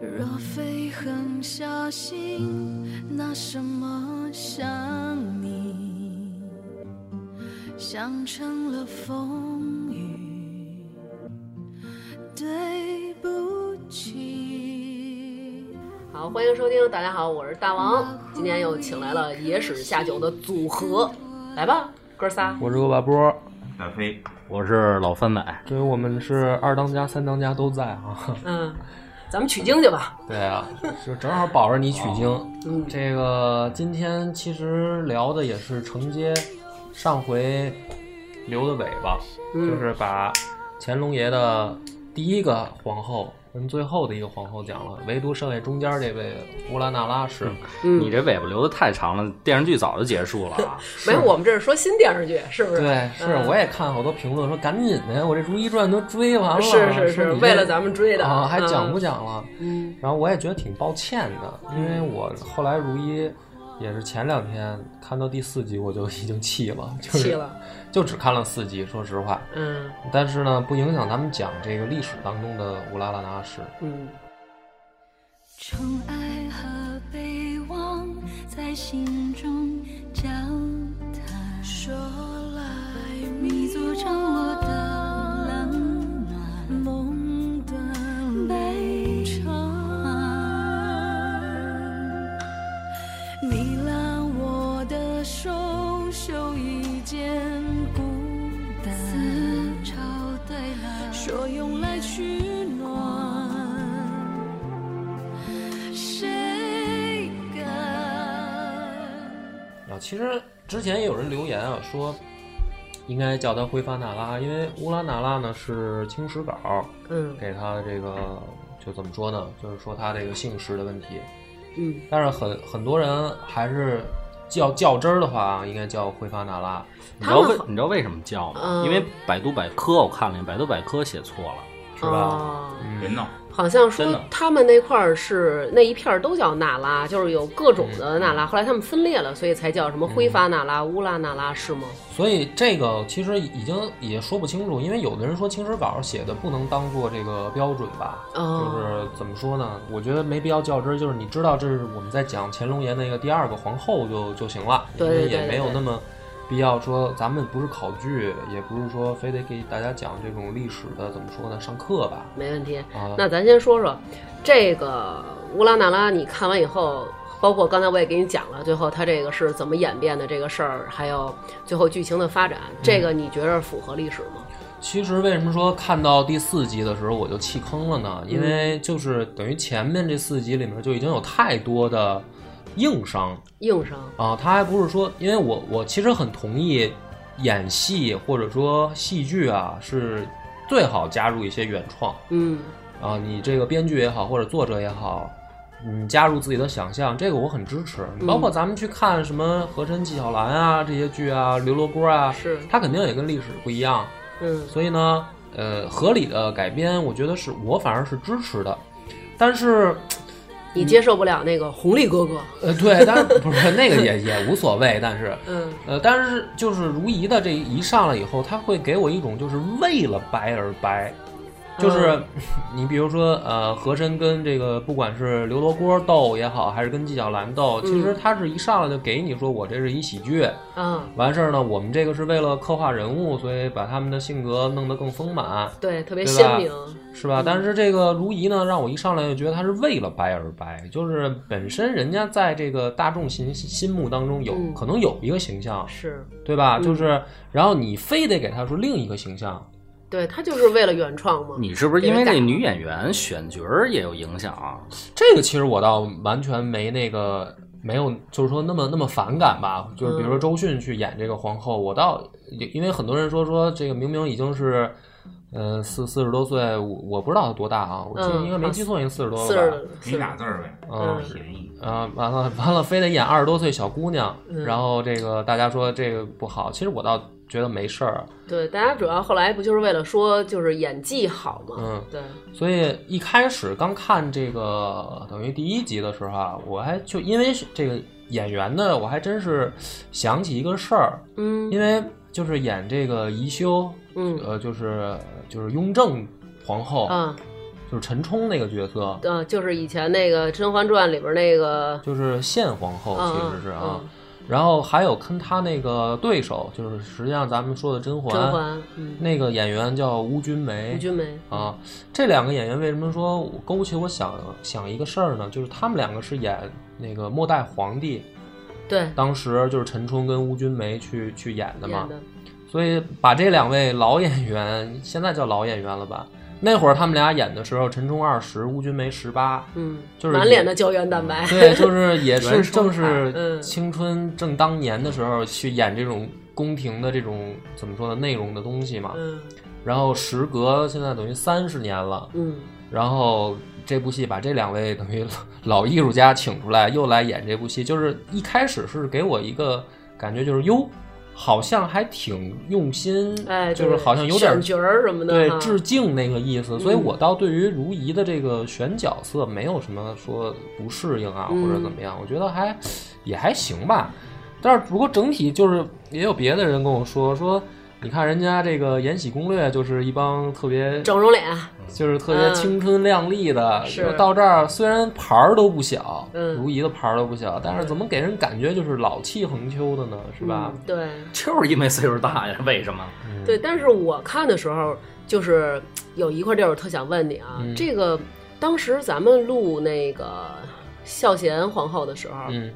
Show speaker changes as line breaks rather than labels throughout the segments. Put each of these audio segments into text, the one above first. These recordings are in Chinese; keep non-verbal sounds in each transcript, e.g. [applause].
若非狠下心，拿什么想你？想成了风雨，对不起。
好，欢迎收听，大家好，我是大王，今天又请来了野史下酒的组合，来吧，哥仨，
我是恶霸波，
大飞，
我是老三奶，
对我们是二当家、三当家都在啊。 [laughs]
嗯，咱们取经去吧，
对啊，哦就正好保着你取经。
嗯，
这个今天其实聊的也是承接上回留的尾巴，
嗯
就是把乾隆爷的第一个皇后跟最后的一个皇后讲了，唯独剩下中间这位乌拉那拉氏。
嗯
你这尾巴留的太长了，电视剧早就结束了
[laughs]
啊。
没有，我们这是说新电视剧，是不是？
对，是
嗯
我也看好多评论说赶紧的呀，我这《如懿传》都追完了，
是是是
说你这
为了咱们追的
啊，还
嗯
讲不讲了？
嗯
然后我也觉得挺抱歉的，因为我后来如一也是前两天看到第四集我就已经气了， [laughs] 就是
气了，
就只看了四集，说实话。
嗯
但是呢，不影响咱们讲这个历史当中的乌拉拉那氏。
嗯，
宠爱和被忘在心中交谈，说来你阻挡我的冷暖，梦的悲怆。你拉我的手，手一件孤单，思潮对了，说用来取暖。谁敢？
啊，其实之前也有人留言啊，说应该叫她灰发那拉，因为乌拉那拉呢是清史稿
嗯
给她的这个，就怎么说呢？就是说她这个姓氏的问题。
嗯，
但是很很多人还是较较真儿的话，啊应该叫灰发那拉。
你知道
他
为
们好
你知道为什么叫吗
嗯？
因为百度百科我看了，百度百科写错了。
是吧
哦，
别闹，
好像
真
说
的
他们那块儿是那一片儿都叫那拉，就是有各种的那
嗯
拉，后来他们分裂了，所以才叫什么灰发那拉、乌拉那拉，是吗？
所以这个其实已经也说不清楚，因为有的人说清史稿写的不能当做这个标准吧，就
哦，
是怎么说呢？我觉得没必要较真儿，就是你知道这是我们在讲乾隆爷那个第二个皇后就就行了，
对对对
因为也没有
对对
那么必要说咱们不是考据，也不是说非得给大家讲这种历史的怎么说呢上课吧。
没问题。
哦
啊，
那咱先说说这个乌拉那拉，你看完以后，包括刚才我也给你讲了，最后它这个是怎么演变的这个事儿，还有最后剧情的发展，
嗯
这个你觉得符合历史吗？
其实为什么说看到第四集的时候我就弃坑了呢？因
嗯
为就是等于前面这四集里面就已经有太多的硬伤
硬伤，
啊，他还不是说，因为我我其实很同意演戏或者说戏剧啊是最好加入一些原创
嗯
啊，你这个编剧也好或者作者也好。嗯，加入自己的想象，这个我很支持。包括咱们去看什么《和珅纪晓岚》啊这些剧啊，《刘罗锅》啊，
是
它肯定也跟历史不一样。
嗯
所以呢，呃，合理的改编，我觉得是我反而是支持的。但是，
你接受不了那个红利哥哥，
呃，对，但是不是那个也也无所谓。但是，
嗯
呃，但是就是如懿的这一上来以后，他会给我一种就是为了白而白，就是、 [laughs] 你比如说，呃，和珅跟这个不管是刘罗锅斗也好，还是跟纪晓岚斗，其实他是一上来就给你说我这是一喜剧，
啊，
完事儿呢，我们这个是为了刻画人物，所以把他们的性格弄得更丰满。
对，特别
对
鲜
吧
明，
是吧？但是这个卢怡呢，让我一上来就觉得她是为了白而白，就是本身人家在这个大众心心目当中有
嗯
可能有一个形象，
是。
对
嗯
吧？就是然后你非得给她说另一个形象，
对他就是为了原创嘛。
你是不是因为
给
那
人改
女演员选角儿也有影响啊？
这个其实我倒完全没那个没有，就是说那么那么反感吧。就是比
嗯
如说周迅去演这个皇后，我倒因为很多人说说这个明明已经是。呃，四四十多岁，我我不知道她多大啊，我记得
嗯
应该没记错，应该四十多了吧。
四十
你俩字儿呗，哦
嗯，
便宜。
啊，完了完了，非得演二十多岁小姑娘，
嗯
然后这个大家说这个不好，其实我倒觉得没事儿，
对，大家主要后来不就是为了说就是演技好嘛？
嗯
对，
所以一开始刚看这个等于第一集的时候啊，我还就因为是这个演员呢，我还真是想起一个事儿，
嗯
因为就是演这个宜修，
嗯
呃，就是就是雍正皇后，
啊
就是陈冲那个角色，
呃，就是以前那个《甄嬛传》里边那个，
就是宪皇后其实是啊。
嗯嗯
然后还有跟他那个对手，就是实际上咱们说的甄嬛，
甄嬛，嗯，
那个演员叫吴君梅。
吴君梅，
啊，这两个演员为什么说我勾起我想想一个事儿呢？就是他们两个是演那个末代皇帝，
对，
当时就是陈冲跟吴君梅去去演的嘛
演。的，
所以把这两位老演员，现在叫老演员了吧？那会儿他们俩演的时候，陈冲二十，吴君梅十八，
嗯，
就是
满
也
脸的胶原蛋白，
对，就是也是
原生
正
态
是
嗯
青春正当年的时候去演这种宫廷的这种怎么说呢内容的东西嘛。
嗯
然后时隔现在等于三十年了，
[laughs] 嗯，
然后这部戏把这两位等于老老艺术家请出来，又来演这部戏，就是一开始是给我一个感觉就是哟，好像还挺用心，
哎，
就是好像有点
选角儿什么的，
对
哈嗯
致敬那个意思，所以我倒对于如懿的这个选角色没有什么说不适应啊，
嗯
或者怎么样，我觉得还也还行吧。但是不过整体就是也有别的人跟我说说，你看人家这个《延禧攻略》就是一帮特别
整容脸，
就是特别青春靓丽的，
嗯是
就到这儿虽然牌儿都不小，
嗯
如懿的牌儿都不小，但是怎么给人感觉就是老气横秋的呢？是吧？
嗯对
就是因为岁数大呀，为什么？
对，但是我看的时候，就是有一块地儿我特想问你
嗯
啊，这个当时咱们录那个孝贤皇后的时候，
嗯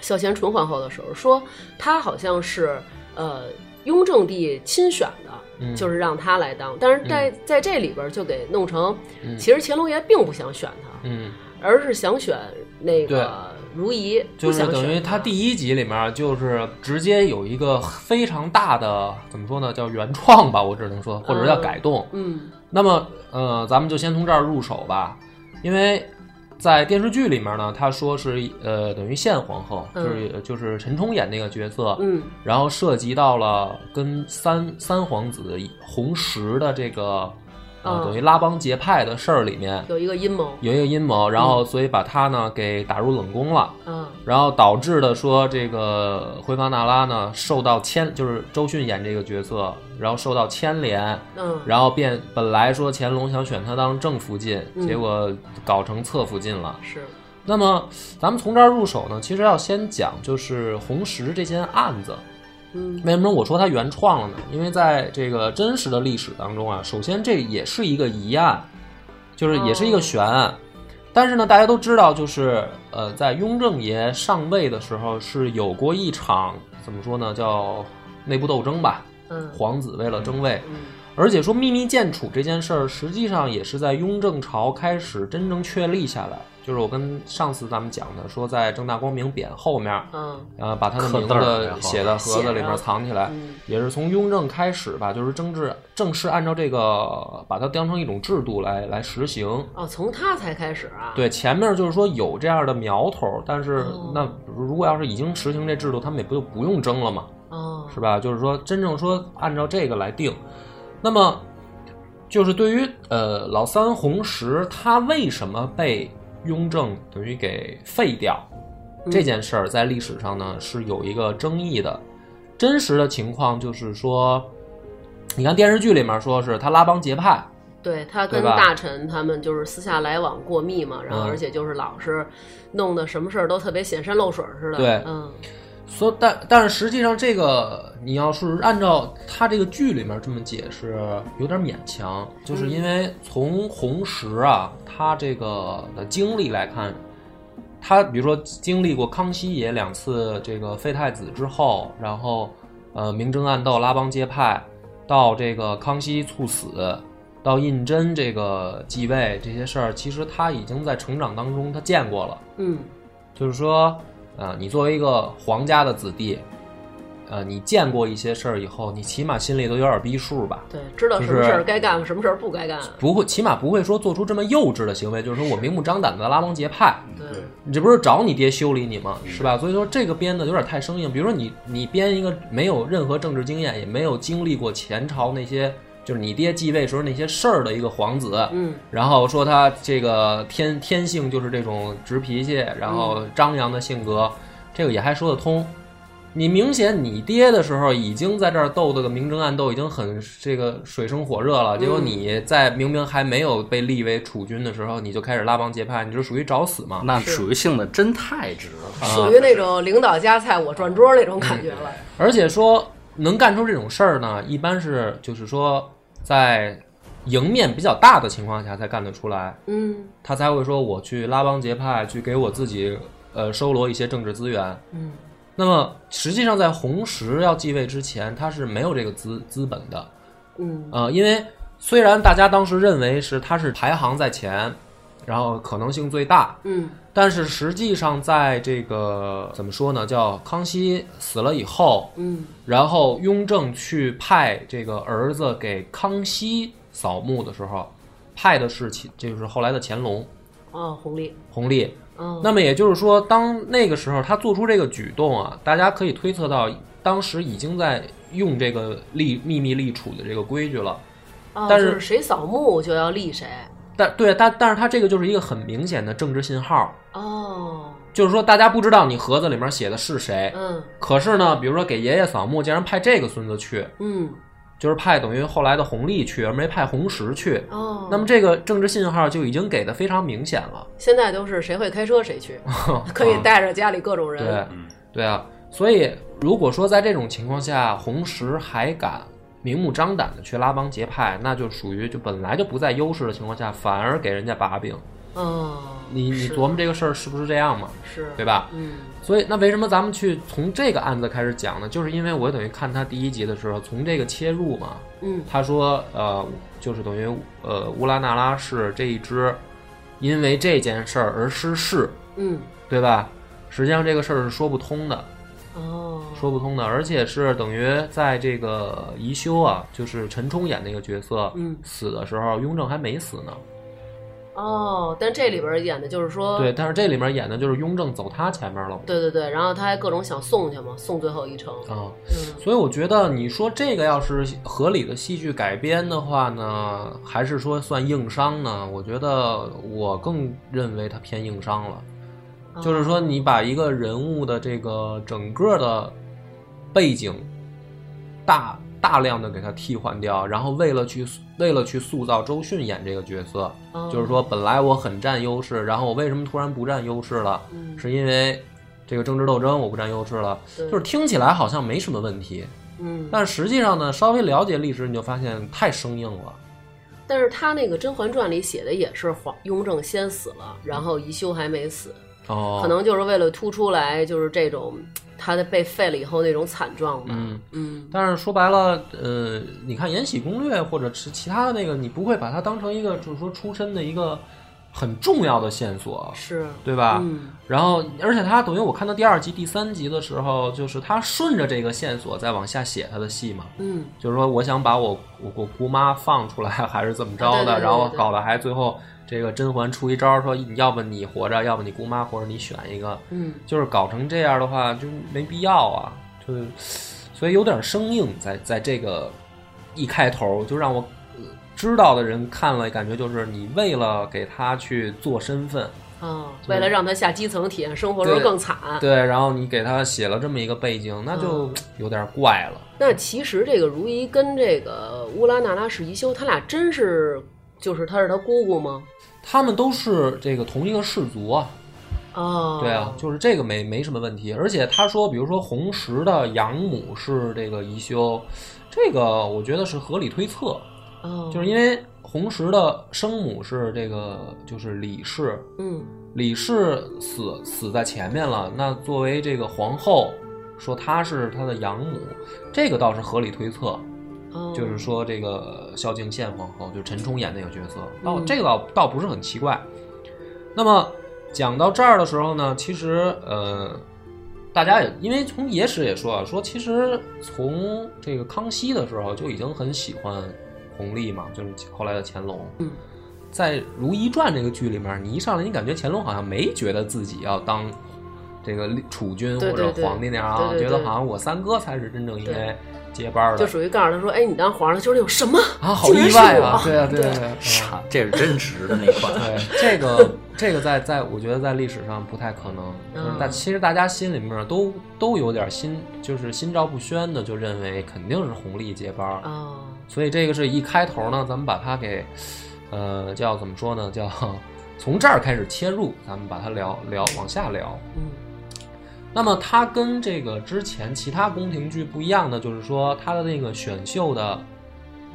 孝贤纯皇后的时候，说她好像是呃雍正帝亲选的。
嗯
就是让她来当，但是在、在这里边就给弄成，
嗯
其实乾隆爷并不想选她，
嗯，
而是想选
对
那个如懿，
就
不
是
想
等于
选
他第一集里面就是直接有一个非常大的怎么说呢，叫原创吧，我只能说，或者叫改动。
嗯
那么呃，咱们就先从这儿入手吧，因为。在电视剧里面呢，他说是呃，等于宪皇后，就是、就是陈冲演那个角色，
嗯
然后涉及到了跟三三皇子红石的这个呃
嗯
等于拉帮结派的事儿里面
有一个阴谋，
有一个阴谋，然后所以把他呢给打入冷宫了，
嗯
然后导致的说这个回防那拉呢受到牵，就是周迅演这个角色，然后受到牵连，
嗯，
然后变本来说乾隆想选他当正福晋，
嗯
结果搞成侧福晋了。
是
那么咱们从这儿入手呢，其实要先讲就是红石这件案子。
嗯
为什么我说它原创了呢？因为在这个真实的历史当中啊，首先这也是一个疑案，就是也
哦
是一个悬案。但是呢，大家都知道，就是呃，在雍正爷上位的时候是有过一场怎么说呢，叫内部斗争吧，
嗯
皇子为了争位，
嗯
而且说秘密建储这件事儿，实际上也是在雍正朝开始真正确立下来。就是我跟上次咱们讲的，说在正大光明匾后面，
嗯
呃，把他的
刻
名
字儿然
字
后
写在盒子里面
写着
藏起来，
嗯
也是从雍正开始吧，就是政治正式按照这个把它当成一种制度来来实行。
哦，从他才开始啊，
对，前面就是说有这样的苗头，但是
哦
那如果要是已经实行这制度，他们也不就不用争了嘛，
哦，
是吧？就是说真正说按照这个来定，那么就是对于呃老三红石他为什么被雍正等于给废掉，这件事儿在历史上呢是有一个争议的。真实的情况就是说，你看电视剧里面说是他拉帮结派，
对他跟
对吧
大臣他们就是私下来往过密嘛，然后
嗯
而且就是老是弄得什么事儿都特别显山露水似的，
对
嗯
所以但但是实际上这个你要是按照他这个剧里面这么解释，有点勉强，就是因为从红石啊他这个的经历来看。他比如说经历过康熙爷两次这个废太子之后，然后呃明争暗斗、拉帮结派，到这个康熙猝死，到胤禛这个继位这些事儿，其实他已经在成长当中他见过了。
嗯
就是说，呃，你作为一个皇家的子弟，呃，你见过一些事儿以后，你起码心里都有点逼数吧，
对，知道
就
什么事
是
儿该干，什么事儿不该干，
不会，起码不会说做出这么幼稚的行为，就是说我明目张胆的拉帮结派，
对，
你这不是找你爹修理你吗？是吧？所以说这个编的有点太生硬。比如说你你编一个没有任何政治经验，也没有经历过前朝那些就是你爹继位时候那些事儿的一个皇子，
嗯
然后说他这个天天性就是这种直脾气，然后张扬的性格，这个也还说得通。你明显你爹的时候已经在这儿斗的个明争暗斗，已经很这个水深火热了。结果你在明明还没有被立为储君的时候，你就开始拉帮结派，你就属于找死嘛。
那属于性的真太直了。
啊
属于那种领导夹菜我转桌那种感觉了。
而且说能干出这种事儿呢，一般是就是说在赢面比较大的情况下才干得出来，
嗯
他才会说我去拉帮结派，去给我自己呃收罗一些政治资源。
嗯，
那么实际上在红石要继位之前，他是没有这个资资本的。
嗯
呃，因为虽然大家当时认为是他是排行在前，然后可能性最大，
嗯
但是实际上在这个怎么说呢，叫康熙死了以后，
嗯
然后雍正去派这个儿子给康熙扫墓的时候，派的是乾，这就是后来的乾隆
哦，红利
弘历。
哦，
那么也就是说，当那个时候他做出这个举动啊，大家可以推测到，当时已经在用这个立秘密立储的这个规矩了。
哦
但
就是是谁扫墓就要立谁
但对，啊但但是他这个就是一个很明显的政治信号，
哦，
就是说大家不知道你盒子里面写的是谁，
嗯
可是呢，比如说给爷爷扫墓，竟然派这个孙子去，
嗯
就是派等于后来的弘历去，而没派弘时去。
哦，
那么这个政治信号就已经给的非常明显了，
现在都是谁会开车谁
[laughs]
去，可以带着家里各种人。
啊对，对啊。所以如果说在这种情况下，弘时还敢明目张胆的去拉帮结派，那就属于就本来就不在优势的情况下，反而给人家把柄。
哦，
你你
是
琢磨这个事儿是不是这样嘛？
是
对吧？
嗯
所以，那为什么咱们去从这个案子开始讲呢？就是因为我等于看他第一集的时候，从这个切入嘛，
嗯
他说，呃，就是等于呃，乌拉那拉氏这一支，因为这件事儿而失势，
嗯
对吧？实际上这个事儿是说不通的，
哦，
说不通的，而且是等于在这个宜修啊，就是陈冲演那个角色，
嗯
死的时候，雍正还没死呢。
哦，但这里边演的就是说，
对，但是这里面演的就是雍正走他前面了嘛。
对对对，然后他还各种想送去嘛，送最后一程。
啊、
嗯
所以我觉得你说这个要是合理的戏剧改编的话呢，还是说算硬伤呢？我觉得我更认为它偏硬伤了。
嗯
就是说，你把一个人物的这个整个的背景大大量的给它替换掉，然后为了去为了去塑造周迅演这个角色，
哦
就是说本来我很占优势，然后我为什么突然不占优势了？
嗯
是因为这个政治斗争我不占优势了，
对
就是听起来好像没什么问题，
嗯，
但实际上呢，稍微了解历史你就发现太生硬了。
但是他那个《甄嬛传》里写的也是皇雍正先死了，然后宜修还没死，
哦，
可能就是为了突出来就是这种他的被废了以后那种惨状吧。
嗯
嗯
但是说白了，呃，你看《延禧攻略》或者是其他的那个，你不会把它当成一个就是说出身的一个很重要的线索，
是，
对吧？
嗯
然后，而且他等于我看到第二集、第三集的时候，就是他顺着这个线索再往下写他的戏嘛，
嗯
就是说我想把我我我姑妈放出来，还是怎么着
啊对
的，
对对
然后
对对
搞得还最后这个甄嬛出一招说，要不你活着，要不你姑妈活着，你选一个，
嗯
就是搞成这样的话就没必要啊，就是所以有点生硬在，在这个一开头就让我呃知道的人看了感觉就是你为了给他去做身份，
哦，为了让他下基层体验生活时
对
候更惨。
对，然后你给他写了这么一个背景，那就有点怪了。
那其实这个如懿跟这个乌拉那拉氏宜修，他俩真是就是他是他姑姑吗？
他们都是这个同一个氏族啊，
哦，
对啊，就是这个没没什么问题。而且他说，比如说红石的养母是这个宜修，这个我觉得是合理推测，
哦，
就是因为红石的生母是这个就是李氏，
嗯
李氏死死在前面了，那作为这个皇后，说她是她的养母，这个倒是合理推测。
哦，
就是说这个萧敬宪皇后，就是陈冲演那个角色，
嗯
倒这个倒倒不是很奇怪。那么讲到这儿的时候呢，其实呃，大家也因为从野史也说啊，说其实从这个康熙的时候就已经很喜欢弘历嘛，就是后来的乾隆。
嗯
在《如懿传》这个剧里面，你一上来你感觉乾隆好像没觉得自己要当这个储君
对
或者
对对
皇帝那样啊，
对对
觉得
对
好像我三哥才是真正应该
对
接班的，
就属于告诉他说，哎，你当皇上就是有什么
啊，好意外啊！
竟然是我
对啊，对啊对啊， [laughs]
这是真实的那款。
对这个这个在在我觉得在历史上不太可能，就是大
嗯
其实大家心里面都都有点心就是心照不宣的，就认为肯定是弘历接班儿，
哦，
所以这个是一开头呢，咱们把它给呃叫怎么说呢？叫 [laughs] 从这儿开始切入，咱们把它聊聊往下聊。
嗯
那么它跟这个之前其他宫廷剧不一样的，就是说它的那个选秀的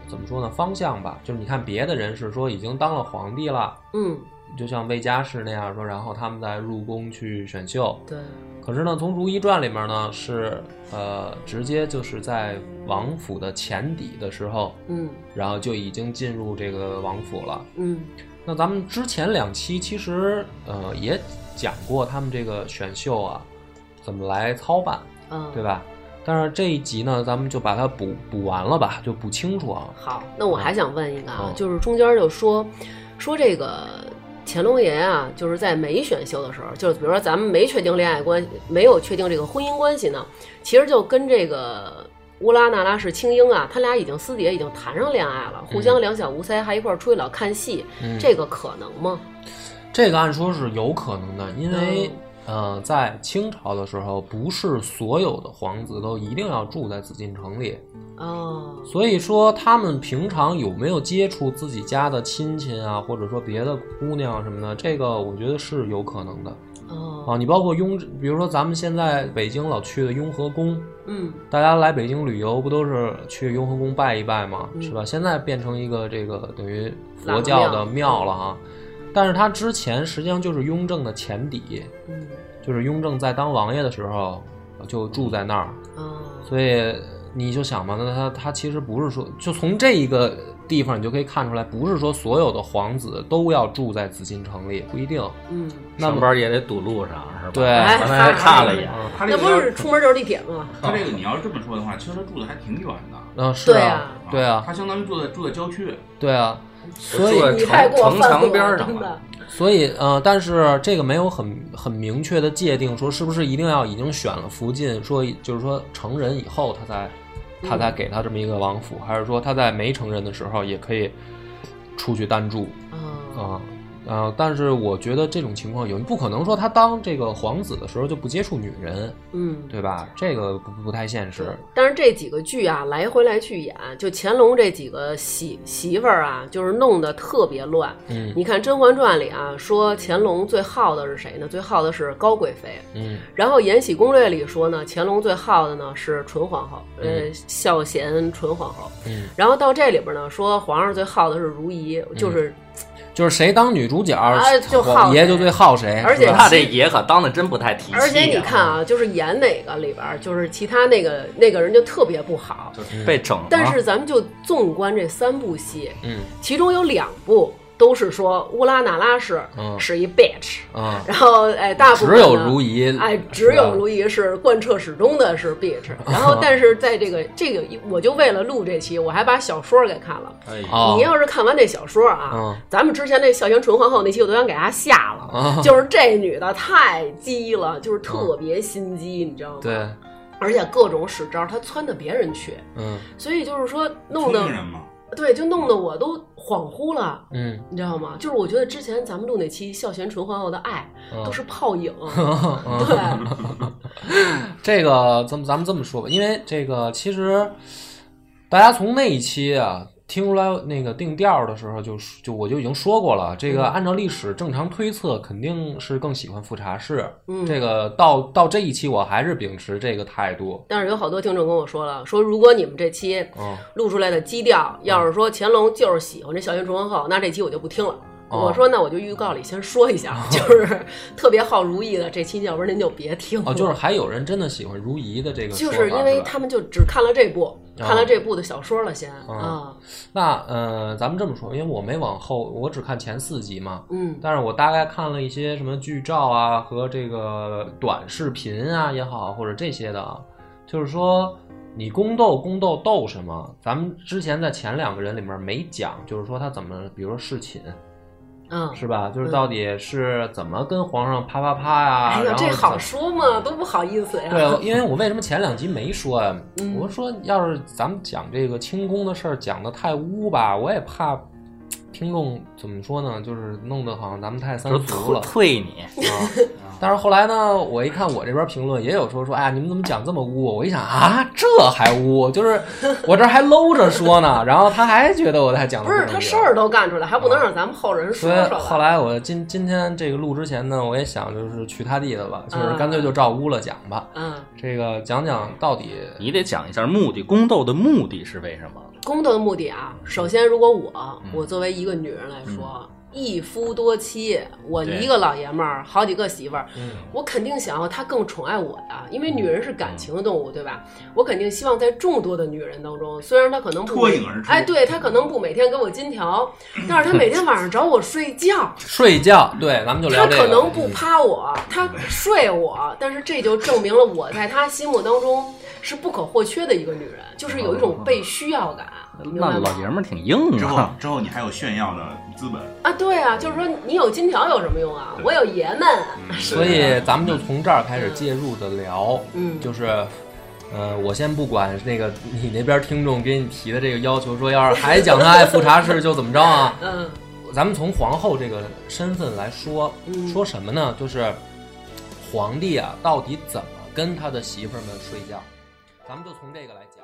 怎么说呢方向吧，就是你看别的人是说已经当了皇帝了，
嗯，
就像魏佳氏那样说，然后他们再入宫去选秀。
对，
可是呢，从《如懿传》里面呢是呃直接就是在王府的前底的时候，
嗯
然后就已经进入这个王府了。
嗯
那咱们之前两期其实呃也讲过他们这个选秀啊怎么来操办，
嗯，
对？吧？但是这一集呢，咱们就把它补补完了吧，就补清楚啊。
好，那我还想问一个啊
嗯，
就是中间就说说这个乾隆爷啊，就是在没选秀的时候，就是比如说咱们没确定恋爱关系，没有确定这个婚姻关系呢，其实就跟这个乌拉那拉氏清英啊，他俩已经私底下已经谈上恋爱了，互相两小无猜，还一块儿出去老看戏，
嗯
这个可能吗？
这个按说是有可能的，因为
嗯、
呃，在清朝的时候，不是所有的皇子都一定要住在紫禁城里，
哦，
所以说他们平常有没有接触自己家的亲戚啊，或者说别的姑娘啊什么的，这个我觉得是有可能的啊。
哦，
你包括雍，比如说咱们现在北京老去的雍和宫，
嗯，
大家来北京旅游不都是去雍和宫拜一拜吗？
嗯
是吧？现在变成一个这个等于
喇嘛
佛教的
庙
庙了啊，但是它之前实际上就是雍正的前底，
嗯，
就是雍正在当王爷的时候呃就住在那儿，
哦，
所以你就想嘛，那他他其实不是说，就从这一个地方你就可以看出来，不是说所有的皇子都要住在紫禁城里，不一定。
嗯，
那
上
么
班也得堵路上是吧？
对
刚才还
哎
看了一眼，
嗯
他这
那
个
不是出门就是地铁吗？
他这个你要是这么说的话，其实他住的还挺远的。
嗯，是
对
啊
啊，
对啊，
他相当于住在住在郊区，
对啊，所以
住在
你太
城城
过分了，
墙边上
真
了
的。，
所以呃，但是这个没有很很明确的界定，说是不是一定要已经选了福晋，说就是说成人以后他才
嗯
他才给他这么一个王府，还是说他在没成人的时候也可以出去单住？
哦，
啊、呃，但是我觉得这种情况有，不可能说他当这个皇子的时候就不接触女人，
嗯，
对吧？这个不不太现实。
但是这几个剧啊，来回来去演，就乾隆这几个媳媳妇儿啊，就是弄得特别乱。
嗯
你看《甄嬛传》里啊，说乾隆最好的是谁呢？最好的是高贵妃。
嗯
然后《延禧攻略》里说呢，乾隆最好的呢是纯皇后，呃，孝贤纯皇后。
嗯，
然后到这里边呢，说皇上最好的是如懿，
嗯
就是、
就是谁当女主角，
哎就
皇
好
爷
谁
就最好谁，
而且
是吧
那这爷可当的真不太提气、
而且你看，啊，就是演哪个里边儿，就是其他那个那个人就特别不好。
被整了。
但是咱们就纵观这三部戏，
啊嗯
其中有两部都是说乌拉那拉氏
嗯
是一 bitch，、
啊，
然后哎，大部分
只有如
懿，
懿，
哎，只有
是吧
如懿是贯彻始终的是
[laughs]
bitch。然后，但是在这个这个，我就为了录这期，我还把小说给看了。
哎呦
哦，
你要是看完这小说啊，
嗯
咱们之前那孝贤纯皇后那期，我都想给她下了。
[laughs] 啊
就是这女的太鸡了，就是特别心机，你知道吗？
对，，
而且各种使招，她撺掇别人去，
嗯
所以就是说弄
聪
得
明人嘛。
对，就弄得我都恍惚了，
嗯，
你知道吗？就是我觉得之前咱们录那期《孝贤纯皇后的爱》
嗯
都是泡影，
[laughs] 嗯
对，
这个咱们咱们这么说吧，因为这个其实大家从那一期啊听出来那个定调的时候就，是就我就已经说过了，这个
嗯
按照历史正常推测，肯定是更喜欢富察氏。
嗯
这个到到这一期，我还是秉持这个态度。哦
但是有好多听众跟我说了，说如果你们这期
嗯，
录出来的基调，要是说乾隆就是喜欢这孝贤纯皇后，那这期我就不听了。
哦
我说那我就预告里先说
[laughs]
一下，就是特别好如意的这期，要不然您就别听了。
哦，就是还有人真的喜欢如懿的这个说
就
法，
是因为
吧
他们就只看了这部，
啊
看了这部的小说了先啊
啊，那呃，咱们这么说，因为我没往后，我只看前四集嘛。
嗯
但是我大概看了一些什么剧照啊和这个短视频啊也好，或者这些的啊，就是说你宫斗宫斗斗什么？咱们之前在前两个人里面没讲，就是说他怎么，比如说侍寝
嗯，
是啊吧？就是到底是怎么跟皇上啪啪啪呀、
哎呀
然，后
这好
怎
说吗？多不好意思呀。
对，因为我为什么前两集没说呀、
嗯
我说要是咱们讲这个清宫的事儿讲的太污吧，我也怕。听众怎么说呢？就是弄得好像咱们太三
就
俗
退
了。
退你，
啊！ [laughs] 但是后来呢，我一看我这边评论也有说说，哎呀，你们怎么讲这么污？我一想啊，这还污，
[laughs]
就是我这还搂着说呢，然后他还觉得我在讲得
不是
很
他
污
事儿都干出来，还不能让咱们后人说
哦所以
说
后
吧
来我今今天这个录之前呢，我也想就是去他地的了，就是干脆就照污了讲吧。
嗯，
这个讲讲到底，
你得讲一下目的，宫斗的目的是为什么？
宫斗的目的啊，首先，如果我
嗯
我作为一个女人来说，一夫多妻，我
对
一个老爷们儿，好几个媳妇儿，
嗯，
我肯定想要他更宠爱我呀，因为女人是感情的动物，对吧？我肯定希望在众多的女人当中，虽然她可能不
脱颖而出
哎，对她可能不每天给我金条，但是她每天晚上找我睡觉
睡觉，对，咱们就聊
她
这个。嗯
可能不趴我，她睡我，但是这就证明了我在她心目当中是不可或缺的一个女人，就是有一
哦
种被需要感，明白
那
吗
老？爷们儿挺硬
之后
啊，
之后你还有炫耀的资本，
啊，对啊，就是说你有金条有什么用啊？我有爷们，
所以咱们就从这儿开始介入的聊，
啊嗯
就是，呃，我先不管那个你那边听众给你提的这个要求，说要是还讲他爱富察氏就怎么着啊？
[laughs] 嗯
咱们从皇后这个身份来说，说什么呢？就是皇帝啊，到底怎么跟他的媳妇儿们睡觉？咱们就从这个来讲。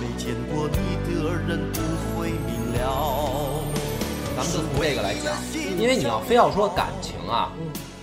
没见过你的人不会明了。
咱们就从这个来讲，因为你要非要说感情啊，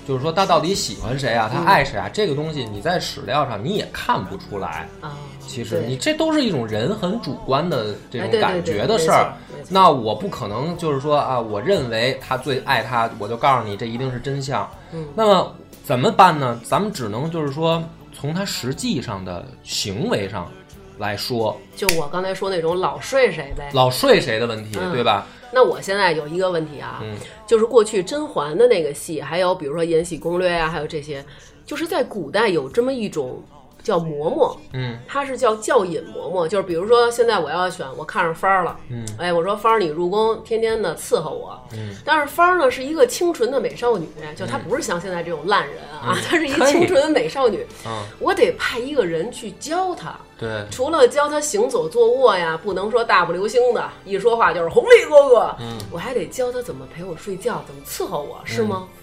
就是说他到底喜欢谁啊，他爱谁啊，这个东西你在史料上你也看不出来。
啊，
其实
对
你这都是一种人很主观的这
哎
种
对对
感
对
觉的
没
事儿
错没错。
那我不可能就是说啊，我认为他最爱他，我就告诉你这一定是真相。
嗯
那么怎么办呢？咱们只能就是说从他实际上的行为上来说，
就我刚才说那种老睡谁呗。
老睡谁的问题，
哎嗯
对吧？
那我现在有一个问题啊，
嗯
就是过去甄嬛的那个戏，还有比如说《延禧攻略》啊，还有这些，就是在古代有这么一种叫嬷嬷，
嗯
它是叫教引嬷嬷，就是比如说现在我要选，我看上芳儿了，
嗯，
哎，我说芳儿你入宫天天的伺候我，嗯，但是芳儿呢是一个清纯的美少女，就她不是像现在这种烂人啊，她是一个
可以
清纯的美少女，
嗯，
我得派一个人去教她。
对，
除了教她行走坐卧呀，不能说大步流星的，一说话就是红利哥哥。嗯，我还得教她怎么陪我睡觉，怎么伺候我，是吗？
嗯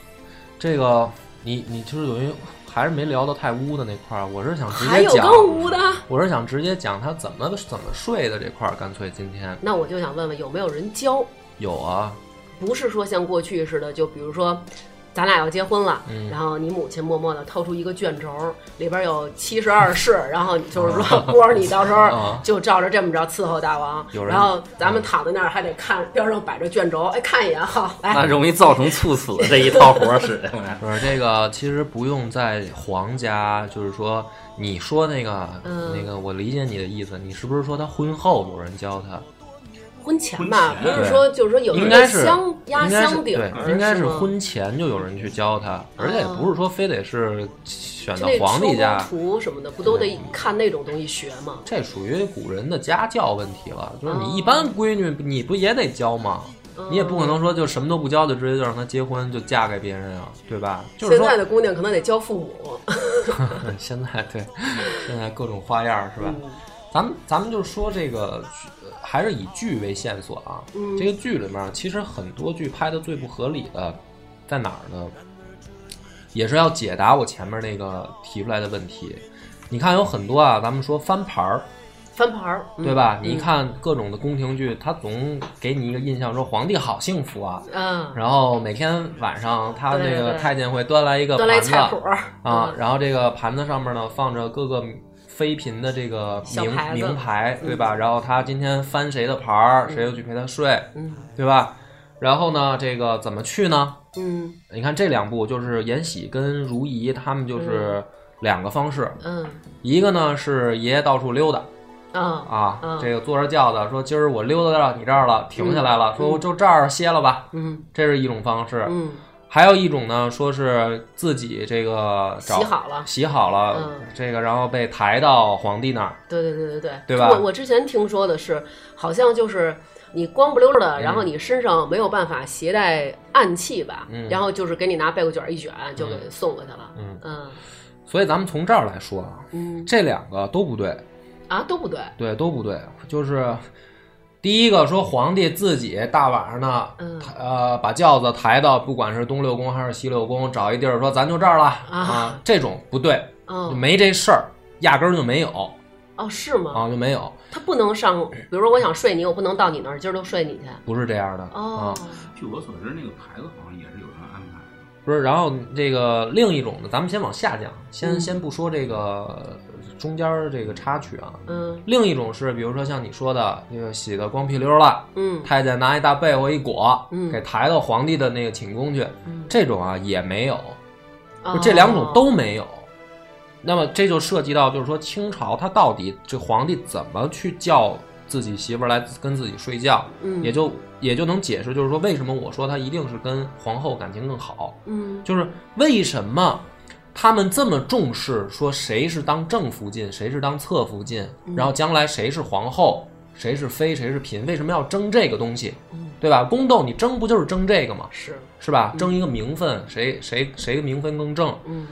这个你你就是等于还是没聊到太污的那块儿，我是想直
还
接
有
讲，
更污的。
我是想直接讲他怎么怎么睡的这块儿，干脆今天
那我就想问问，有没有人教？
有啊，
不是说像过去似的，就比如说，咱俩要结婚了，
嗯
然后你母亲默默地掏出一个卷轴，里边有七十
[laughs]
二式，然后你就是说，波儿，你到时候
啊
就照着这么着伺候大王，
有人
然后咱们躺在那儿还得看边上摆着卷轴，哎，看一眼，好，
[laughs]
来，
那容易造成猝死这一套活儿使的。
不是这个，其实不用在皇家，就是说你说那个、
嗯
那个，我理解你的意思，你是不是说他婚后有人教他？
婚前嘛，
婚
不
前
是说就是说有一
应该
个
是
香压
应该是
箱底儿
对，，应该
是
是
吗哦
婚前就有人去教他，而且也不是说非得是选
就
到
那
皇帝家
出，宫图什么的，不都得看那种东西学吗？
这属于古人的家教问题了。就是你一
哦
般闺女，你不也得教吗？你也不可能说就什么都不教，就直接就让她结婚，就嫁给别人啊，对吧？就是
现
说
在的姑娘可能得教父母， [laughs]
嗯 [laughs] 现在对，
嗯
现在各种花样儿是吧？咱们咱们就说这个，呃还是以剧为线索啊。
嗯
这个剧里面儿其实很多剧拍的最不合理的在哪儿呢？也是要解答我前面那个提出来的问题。你看有很多啊，咱们说翻牌儿，
翻牌儿，嗯
对？吧？你看各种的宫廷剧，它总给你一个印象说皇帝好幸福啊，
嗯，
然后每天晚上他
对
这个
对
太监会端来一个
端来
盘子，
菜谱儿
啊，
嗯
然后这个盘子上面呢放着各个妃嫔的这个
小
名
牌子
名牌，对吧？然后他今天翻谁的牌儿，谁就去陪他睡，
嗯
对吧？然后呢，这个怎么去呢？
嗯
你看这两部就是延禧跟如懿，他们就是两个方式，
嗯
一个呢是爷爷到处溜达，
啊
啊
嗯，
这个坐着轿子说今儿我溜达到你这儿了，停下来了，说我就这儿歇了吧，
嗯
这是一种方式。
嗯，
还有一种呢，说是自己这个找
洗好了。
洗好了
嗯，
这个然后被抬到皇帝那儿，
对对对对对，
对吧
我我之前听说的是，好像就是你光不溜儿的，
嗯
然后你身上没有办法携带暗器吧，
嗯
然后就是给你拿被褥卷儿一卷就给送过去了。
嗯
嗯
所以咱们从这儿来说啊，
嗯
这两个都不对，
啊都不对，
对，都不对，就是。第一个说皇帝自己大晚上呢，
嗯
抬呃，把轿子抬到不管是东六宫还是西六宫，找一地儿说咱就这儿了啊，这种不对，就
嗯
没这事儿，压根儿就没有
哦是吗？
啊，就没有，
他不能上，比如说我想睡你，我不能到你那儿，今儿就睡你去。
不是这样的啊，，
哦
据我所知，那个牌子好像也是有人安排的。
不是。然后这个另一种呢，咱们先往下讲，先、
嗯
先不说这个中间儿这个插曲啊。
嗯
另一种是，比如说像你说的，那个洗的光屁溜儿了，
嗯
太监拿一大被窝一裹，
嗯
给抬到皇帝的那个寝宫去，
嗯，
这种啊也没有，
哦
就这两种都没有。那么这就涉及到，就是说清朝他到底这皇帝怎么去叫自己媳妇儿来跟自己睡觉，
嗯
也就也就能解释，就是说为什么我说他一定是跟皇后感情更好，
嗯
就是为什么他们这么重视说谁是当正福晋，谁是当侧福晋，然后将来谁是皇后，谁是妃，谁是嫔，为什么要争这个东西
嗯，
对吧？宫斗你争不就是争这个吗？
是
是吧？争一个名分，谁谁谁的名分更正？
嗯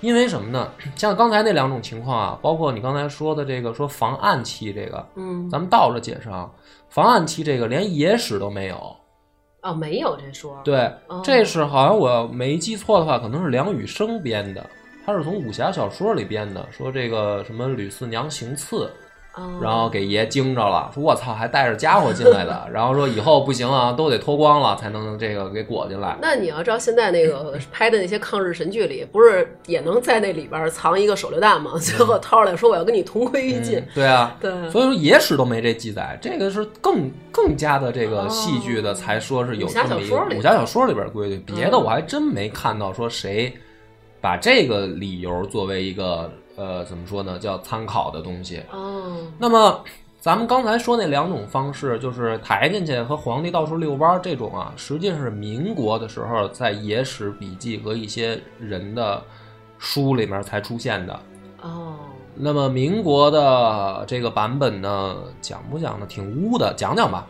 因为什么呢？像刚才那两种情况啊，包括你刚才说的这个说防暗器这个，
嗯
咱们倒着解释啊，防暗器这个连野史都没有。
哦没有这说
对
哦，
这是好像我没记错的话，可能是梁羽生编的，他是从武侠小说里编的，说这个什么吕四娘行刺，
哦
然后给爷惊着了，说我操，还带着家伙进来
[laughs]
的，然后说以后不行啊，都得脱光了才能这个给裹进来。
那你要知道现在
[laughs]
那个拍的那些抗日神剧里，不是也能在那里边儿藏一个手榴弹吗？ [laughs] 最后掏出来说我要跟你同归于尽
嗯。对啊，
对，
所以说野史都没这记载，这个是更更加的这个戏剧的，才说是有这么一个
哦武侠小说里
武侠小说里边规矩，别的我还真没看到说谁把这个理由作为一个呃怎么说呢，叫参考的东西。
哦，
那么咱们刚才说那两种方式，就是抬进去和皇帝到处遛弯儿这种啊，实际上是民国的时候在野史笔记和一些人的书里面才出现的。
哦，
那么民国的这个版本呢，讲不讲呢？挺污的，讲讲吧。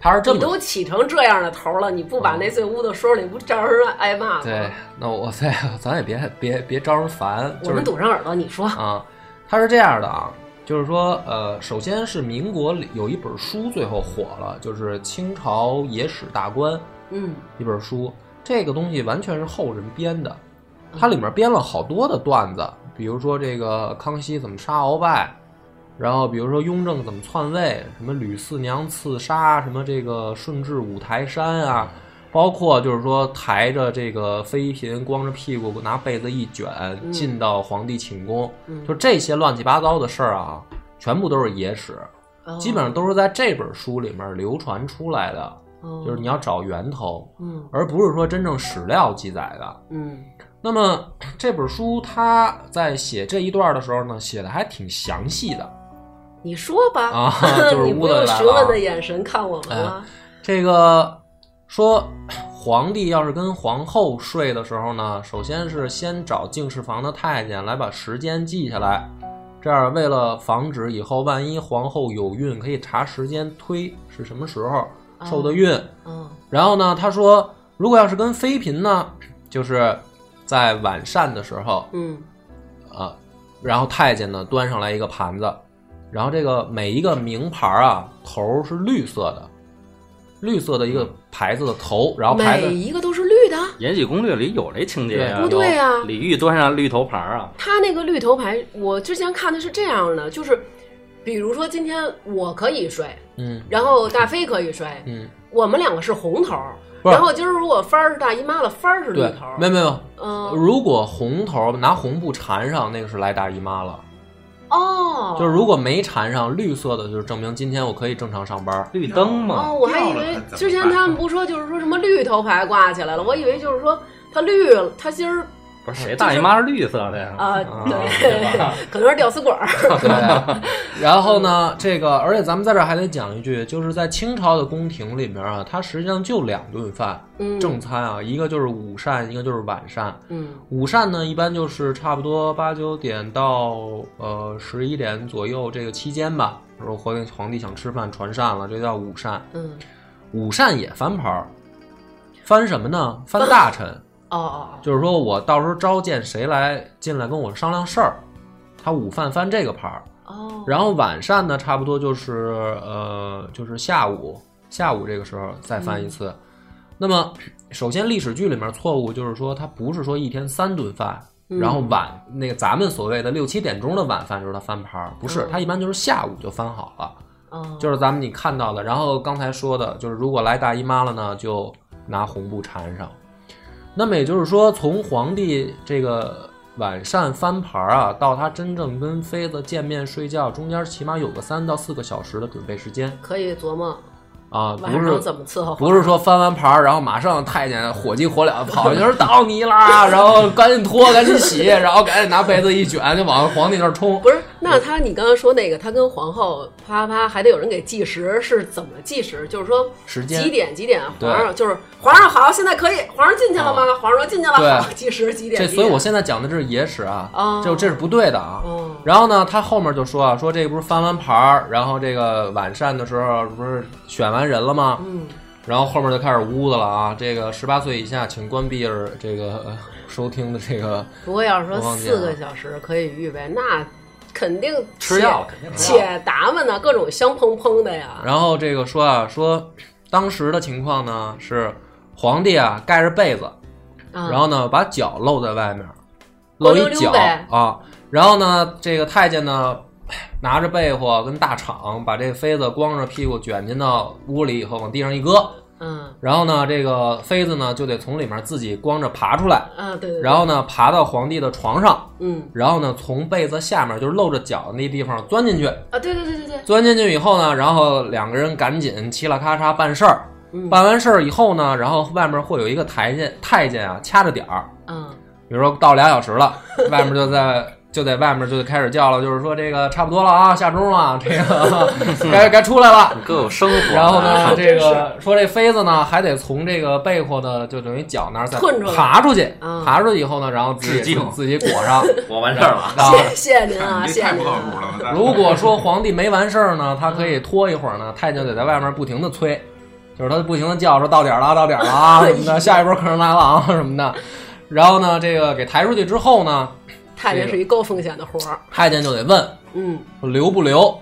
他是这
你
么啊
都起成这样的头了，你不把那最污的说出来，你不招人挨骂吗？
对，那我再咱也别别别招人烦，
我
就
们
是
堵上耳朵，你说，
啊，他是这样的啊，就是说呃，首先是民国里有一本书最后火了，就是《清朝野史大观》
嗯
一本书，这个东西完全是后人编的，它里面编了好多的段子，比如说这个康熙怎么杀鳌拜，然后比如说雍正怎么篡位，什么吕四娘刺杀，什么这个顺治五台山啊，包括就是说抬着这个妃嫔，光着屁股拿被子一卷进到皇帝寝宫，
嗯
就这些乱七八糟的事儿啊，全部都是野史，
哦
基本上都是在这本书里面流传出来的，
哦
就是你要找源头，
嗯
而不是说真正史料记载的。
嗯
那么这本书他在写这一段的时候呢，写的还挺详细的。
你说吧， [laughs]
啊就是
你
污
不
的
用
来
询
了啊
问的眼神看我们了，
这个说皇帝要是跟皇后睡的时候呢，首先是先找敬事房的太监来把时间记下来，这样为了防止以后万一皇后有孕，可以查时间推是什么时候
哦
受的孕。
嗯
然后呢，他说如果要是跟妃嫔呢，就是在晚膳的时候，
嗯
啊，然后太监呢端上来一个盘子，然后这个每一个名牌啊头儿是绿色的，绿色的一个牌子的头，然后牌
每
子哎
一个都是绿的，
延禧攻略》里有这情节啊，
对不对啊
有李煜端上绿头盘啊，
他那个绿头牌，我之前看的是这样的，就是比如说今天我可以睡，
嗯
然后大飞可以睡，
嗯，
我们两个是红头，
不是
然后今儿如果帆儿是大姨妈了，帆儿是绿
对
头，，
没有没有，
嗯，
如果红头拿红布缠上，那个是来大姨妈了，
哦，
就是如果没缠上绿色的，就是证明今天我可以正常上
[laughs]
班。
绿灯
哦，
嘛，
我还以
掉了
为
它怎么
之前
办
[laughs]
他们不说就是说什么绿头牌挂起来了，我以为就是说它绿了，它今儿
不是谁大姨妈是绿色的呀？
哦
啊，
对吧
对， [laughs] 可能是吊死鬼
[laughs]
儿。
对，然后呢，这个而且咱们在这儿还得讲一句，就是在清朝的宫廷里面啊，它实际上就两顿饭，
嗯
正餐啊，一个就是午膳，一个就是晚膳。
嗯
午膳呢，一般就是差不多八九点到呃十一点左右这个期间吧。如果皇帝皇帝想吃饭传膳了，这叫午膳。
嗯，
午膳也翻牌儿，翻什么呢？翻大臣。 [laughs]
哦哦，
就是说我到时候召见谁来进来跟我商量事儿，他午饭翻这个牌儿，
哦，
然后晚膳呢，差不多就是呃，就是下午下午这个时候再翻一次。
嗯
那么，首先历史剧里面错误就是说，它不是说一天三顿饭，
嗯
然后晚那个咱们所谓的六七点钟的晚饭就是它翻盘儿，不是，
嗯
它一般就是下午就翻好了。
哦
就是咱们你看到的，然后刚才说的，就是如果来大姨妈了呢，就拿红布缠上。那么也就是说，从皇帝这个晚膳翻盘儿啊，到他真正跟妃子见面睡觉，中间起码有个三到四个小时的准备时间
可以琢磨
啊，不
晚上
是
怎么伺候好。
不是说翻完盘儿，然后马上太监火急火燎地跑去说到你啦，然后赶紧脱，赶紧洗，然后赶紧拿被子一卷就往皇帝那儿冲。
不是，那他你刚刚说那个，他跟皇后啪啪啪，还得有人给计时，是怎么计时？就是说
时间
几点几点，
对
皇上就是皇上好，现在可以，皇上进去了吗？皇上说进去了，
对
好，计时几点？
这
几
所以
点
我现在讲的这是野史啊，
哦
就这是不对的啊。
哦
然后呢，他后面就说啊，说这不是翻完牌儿，然后这个晚膳的时候不是选完人了吗？
嗯，
然后后面就开始污的了啊，这个十八岁以下请关闭这个呃收听的这个，
不过要是
我
说
忘记
四个
了
小时可以预备，那肯定
吃
[laughs]
药肯定吃药
且打扮呢，各种香喷喷的呀。
然后这个说啊，说当时的情况呢是皇帝啊盖着被子，
啊
然后呢，把脚露在外面，露
光
一
溜哦溜
脚
呗嗯
啊。然后呢，这个太监呢，拿着被窝跟大氅，把这妃子光着屁股卷进到屋里以后，往地上一搁。
嗯
然后呢，这个妃子呢就得从里面自己光着爬出来，
啊对对，对
然后呢爬到皇帝的床上，
嗯
然后呢从被子下面就是露着脚那地方钻进去。
啊对对对对对，
钻进去以后呢，然后两个人赶紧嘁啦咔嚓办事儿。
嗯
办完事儿以后呢，然后外面会有一个太监太监啊掐着点儿，
嗯
比如说到俩小时了，外面就在就在外面就开始叫了，就是说这个差不多了啊，下钟了，
[laughs]
这个该该出来了。
各有生活。啊
然后呢，这
真
个说这妃子呢还得从这个被窝的就等于脚那儿再
吞出来
爬出去
啊，
爬出去以后呢，然后自
致
己
敬
自己裹
[laughs]
上。
[laughs] 我完事儿了。
然后
谢谢您啊，
你
谢
这太
谢
不
您
靠谱了吧。
啊。
如果说皇帝没完事儿呢，他可
嗯
以拖一会儿呢，太监得在外面不停的催，就是他不停的叫说到点儿了，到点儿了啊
哎
什么的，下一波客人来了啊什么的。然后呢，这个给抬出去之后呢，
太监是一高风险的活儿，
太监就得问
嗯，
留不留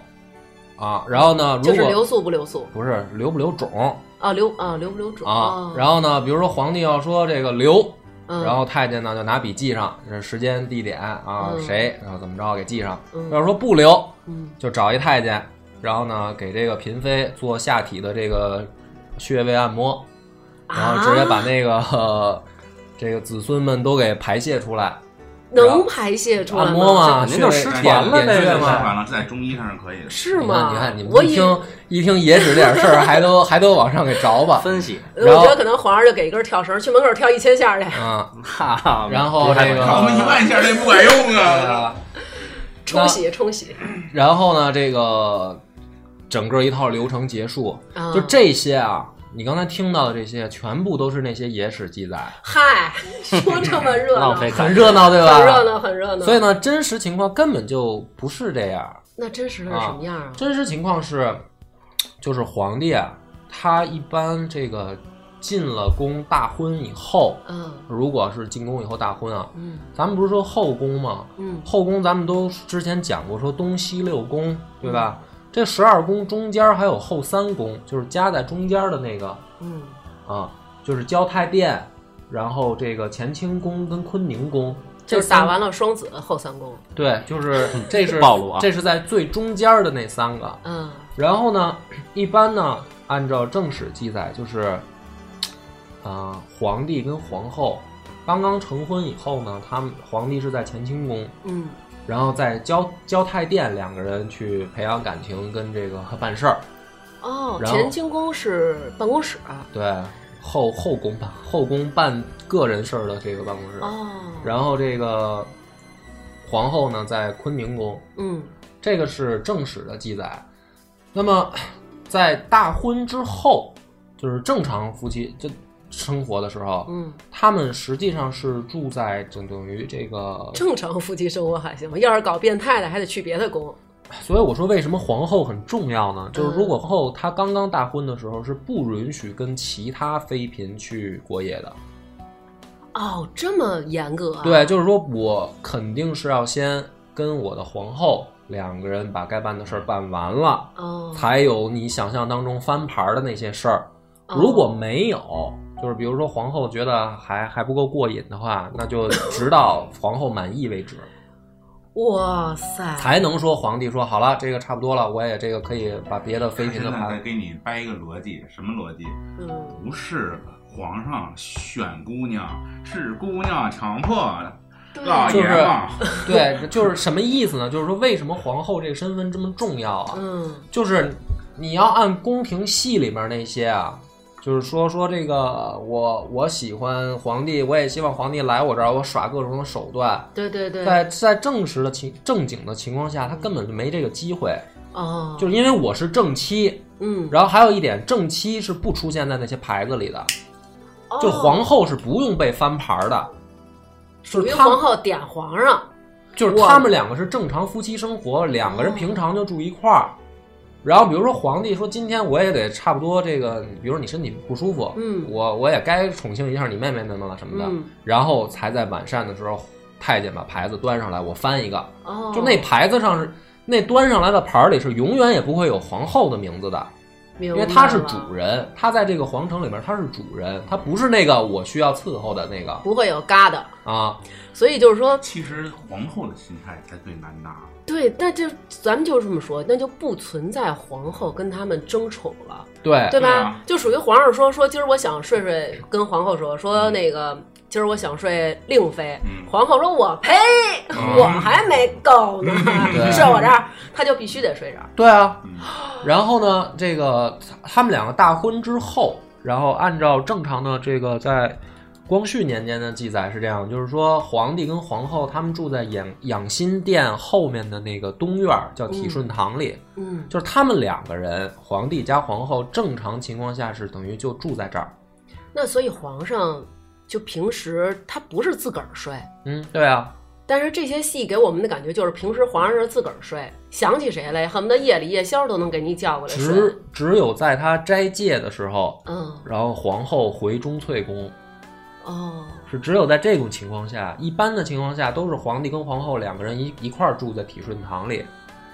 啊？然后呢，
就
如
是留
果
宿不留宿
不是留不留种
啊，留啊留不留种
啊？然后呢，比如说皇帝要说这个留，
嗯
然后太监呢就拿笔记上这时间、地点啊，
嗯
谁然后怎么着给记上
嗯。
要是说不留，
嗯
就找一太监，然后呢给这个嫔妃做下体的这个穴位按摩，
啊
然后直接把那个、 [laughs] 呃这个子孙们都给排泄出来，
能排泄出来吗
按摩嘛，
这肯定就
穴位
失
哎
传了
点
呗
点穴
这
嘛
是。
完了，在中医上是可以的。
是
你
吗？
看，你看，你们
我
一
以
听一听野史这点事儿，还都还都往上给着吧
分 [laughs] 析，
我
然后
觉得可能皇上就给一根跳绳，去门口跳一千下去，
啊！
哈哈。
然后这个 [laughs]
我们一万下这不管用啊！
呃
冲洗冲洗。
然后呢，这个整个一套流程结束，
啊
就这些啊，你刚才听到的这些，全部都是那些野史记载，
嗨，说这么热闹，
浪费
很热闹，对吧？
很热闹，很热闹。
所以呢，真实情况根本就不是这样。
那真实的是什么样啊？
真实情况是，就是皇帝啊，他一般这个进了宫大婚以后，
嗯
如果是进宫以后大婚啊，
嗯
咱们不是说后宫吗？
嗯
后宫咱们都之前讲过，说东西六宫，对吧？
嗯
这十二宫中间还有后三宫，就是夹在中间的那个
嗯
啊，就是交泰殿，然后这个乾清宫跟坤宁宫，
就
这
是打
三
完了双子后三宫。
对，
[laughs]
就是这是
暴露啊
这是在最中间的那三个。
嗯
然后呢，一般呢，按照正史记载，就是，啊、皇帝跟皇后刚刚成婚以后呢，他们皇帝是在乾清宫，
嗯
然后在交交泰殿两个人去培养感情跟这个办事儿，
哦，
然后
乾清宫是办公室啊
对。后后宫办后宫办个人事儿的这个办公室，
哦，
然后这个皇后呢在坤宁宫，
嗯
这个是正史的记载。那么在大婚之后，就是正常夫妻就生活的时候，
嗯，
他们实际上是住在等等于这个，
正常夫妻生活还行吧，要是搞变态的，还得去别的宫。
所以我说为什么皇后很重要
嗯
呢？就是如果皇后她刚刚大婚的时候是不允许跟其他妃嫔去过夜的，
哦，这么严格啊？
对，就是说我肯定是要先跟我的皇后两个人把该办的事儿办完了，
哦，
才有你想象当中翻牌的那些事儿。
哦
如果没有，就是比如说皇后觉得还还不够过瘾的话，那就直到皇后满意为
[laughs]
止，
啊哇塞，
才能说皇帝说好了，这个差不多了，我也这个可以把别的妃嫔
现
的
在再
牌。
给你掰一个逻辑，什么逻辑？
嗯，
不是皇上选姑娘，是姑娘强迫
啊
老
就
爷
是
们儿。
[laughs]
对，就是什么意思呢？就是说为什么皇后这个身份这么重要啊？
嗯
就是你要按宫廷戏里面那些啊，就是说说这个我我喜欢皇帝，我也希望皇帝来我这儿，我耍各种手段。
对对对，
在在正式的情正经的情况下，他根本就没这个机会，
哦，
就是因为我是正妻。
嗯，
然后还有一点，正妻是不出现在那些牌子里的，
哦
就皇后是不用被翻牌的，
属
就
于
是他们
皇后点皇上，
就是他们两个是正常夫妻生活，两个人平常就住一块儿。然后比如说皇帝说今天我也得差不多这个，比如说你身体不舒服，
嗯
我我也该宠幸一下你妹妹们了什么的，
嗯
然后才在晚膳的时候，太监把牌子端上来，我翻一个，
哦，
就那牌子上是那端上来的牌儿里是永远也不会有皇后的名字的，
明
因
白了，
为她是主人，她在这个皇城里面她是主人，她不是那个我需要伺候的那个
不会有疙瘩，
啊。
所以就是说，
其实皇后的心态才最难拿。
对，那就咱们就这么说，那就不存在皇后跟他们争宠了，
哎对
对
对
吧？
啊
就属于皇上说说，今儿我想睡睡，跟皇后说
嗯
说那个，今儿我想睡令妃，
嗯
皇后说我呸， [laughs] 我还没够呢，
嗯 [laughs] 对
睡我这儿，他就必须得睡这儿。
对啊，
嗯，
然后呢，这个他他们两个大婚之后，然后按照正常的这个在光绪年间的记载是这样，就是说皇帝跟皇后他们住在养养心殿后面的那个东院儿，叫体顺堂里，
嗯，
就是他们两个人，皇帝加皇后，正常情况下是等于就住在这儿。
那所以皇上就平时他不是自个儿睡，
嗯，对啊，
但是这些戏给我们的感觉就是，平时皇上是自个儿睡，想起谁来，恨不得夜里夜宵都能给你叫过来睡。
只只有在他斋戒的时候，
嗯，
然后皇后回中翠宫，
哦，
是只有在这种情况下，一般的情况下都是皇帝跟皇后两个人一一块儿住在体顺堂里。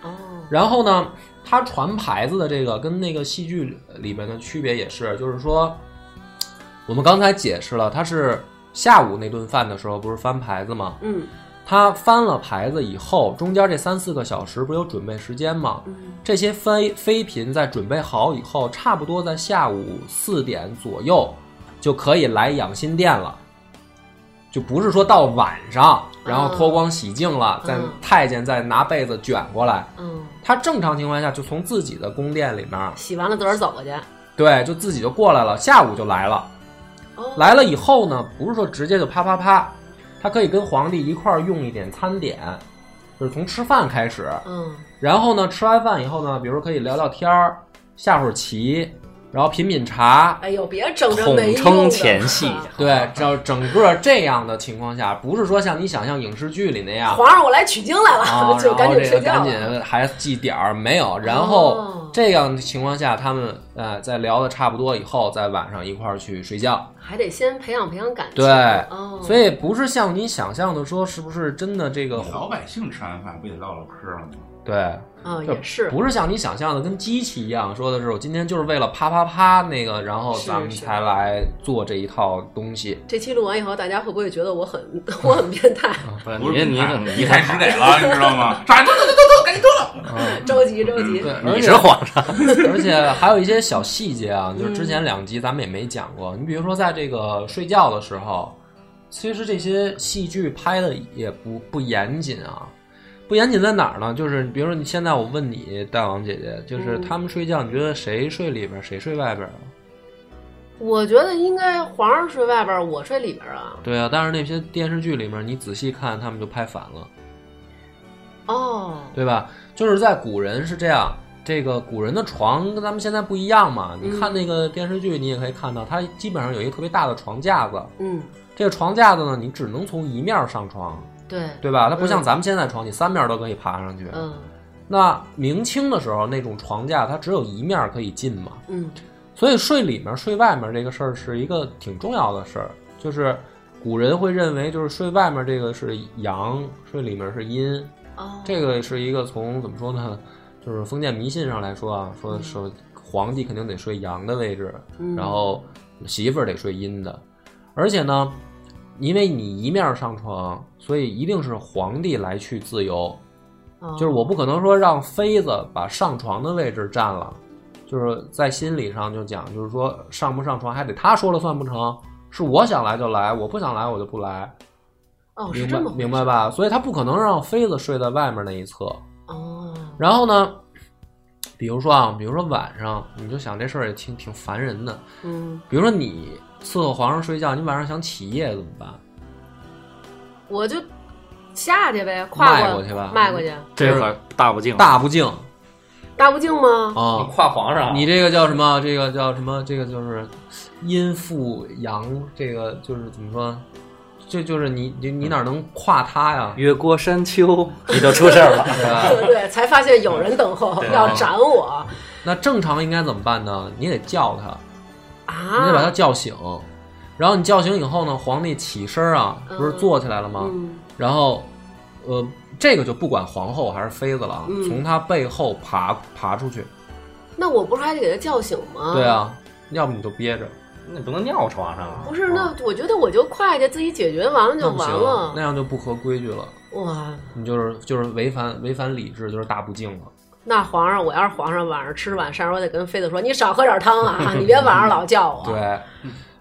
哦，
然后呢，他传牌子的这个跟那个戏剧里面的区别也是，就是说，我们刚才解释了，他是下午那顿饭的时候不是翻牌子吗？
嗯
他翻了牌子以后，中间这三四个小时不是有准备时间吗？
嗯，
这些妃妃嫔在准备好以后，差不多在下午四点左右就可以来养心殿了，就不是说到晚上，然后脱光洗净了，
嗯
再太监再拿被子卷过来。
嗯，
他正常情况下就从自己的宫殿里面，
洗完了自个儿走过去。
对，就自己就过来了，下午就来了。
哦，
来了以后呢，不是说直接就啪啪啪，他可以跟皇帝一块儿用一点餐点，就是从吃饭开始。
嗯，
然后呢，吃完饭以后呢，比如可以聊聊天儿，下会儿棋，然后品品茶。
哎呦，别整这没
统
用的
称
啊
前戏，
对，整整个这样的情况下，不是说像你想象影视剧里那样，
皇上，我来取经来了，
啊，
[laughs] 就
然
赶
后
紧
这
睡
个
觉
赶
了。
紧还记点儿没有？然
哦
后这样的情况下，他们呃在聊的差不多以后，在晚上一块儿去睡觉。
还得先培养培养感情。
对
哦，
所
以
以不是像你想象的说，是不是真的这个
老百姓吃完饭不得唠唠嗑吗？
对？
啊，
就
也是，
不是像你想象的跟机器一样，说的是我今天就是为了啪啪啪那个，然后
是
咱们
是
才来做这一套东西。
这期录完以后，大家会不会觉得我很 [laughs] 我很变态？
不是
不
你
是
你
太
很
你
你
太
太
直给了，你知道吗？抓紧走走走走走，赶紧走了。
着急着急
嗯对，，而
你
且
是
[laughs]
皇上，
而且还有一些小细节啊，就是之前两集咱们也没讲
嗯
过。你比如说，在这个睡觉的时候，其实这些戏剧拍的也不不严谨啊。不严谨在哪儿呢？就是比如说，你现在我问你，大王姐姐，就是
嗯
他们睡觉，你觉得谁睡里边儿，谁睡外边儿啊？
我觉得应该皇上睡外边儿，我睡里边儿啊。
对啊，但是那些电视剧里面，你仔细看，他们就拍反了，
哦，
对吧？就是在古人是这样，这个古人的床跟咱们现在不一样嘛。
嗯
你看那个电视剧，你也可以看到，它基本上有一个特别大的床架子，
嗯，
这个床架子呢，你只能从一面儿上床，
对，
对吧？它不像
嗯
咱们现在床，你三面儿都可以爬上去。
嗯
那明清的时候，那种床架它只有一面儿可以进嘛，
嗯
所以睡里面睡外面这个事儿是一个挺重要的事儿，就是古人会认为就是睡外面这个是阳，睡里面是阴，
哦，
这个是一个从怎么说呢，就是封建迷信上来说啊，说说皇帝肯定得睡阳的位置，
嗯
然后媳妇儿得睡阴的，而且呢，因为你一面上床，所以一定是皇帝来去自由，
哦
就是我不可能说让妃子把上床的位置占了，就是在心理上就讲，就是说上不上床还得他说了算不成，是我想来就来，我不想来我就不来，
哦是
明
这
白
么回
明
事
白吧？所以他不可能让妃子睡在外面那一侧。
哦，
然后呢，比如说啊，比如说晚上，你就想这事儿也挺挺烦人的。
嗯，
比如说你伺候皇上睡觉，你晚上想起夜怎么办？
我就下去呗，跨
迈过去吧嗯
迈过去，
这可大不敬，
大不敬
大不敬吗？
你
啊！
跨皇上啊，
你这个叫什么？这个叫什么？这个就是阴负阳，这个就是怎么说？这就是你你你哪能跨他呀？
越过山丘你就出事儿 [laughs] 了。
对吧？
对对，才发现有人等候
对
啊
要斩我
那正常应该怎么办呢？你得叫他，你得把他
啊！
叫醒。然后你叫醒以后呢，皇帝起身啊，不是
嗯
坐起来了吗？
嗯，
然后，呃，这个就不管皇后还是妃子了啊，
嗯
从她背后爬爬出去。
那我不是还得给他叫醒吗？
对，啊，要不你就憋着，
你不能尿床上啊！
不是，那我觉得我就快去自己解决完了就
那不
完
行，啊那
了。
样就不合规矩了。
哇，
你就是就是违反违反礼制，就是大不敬了。
那皇上，我要是皇上，晚上吃晚膳，我得跟妃子说，你少喝点汤
[laughs]
啊，你别晚上老叫我。，
对，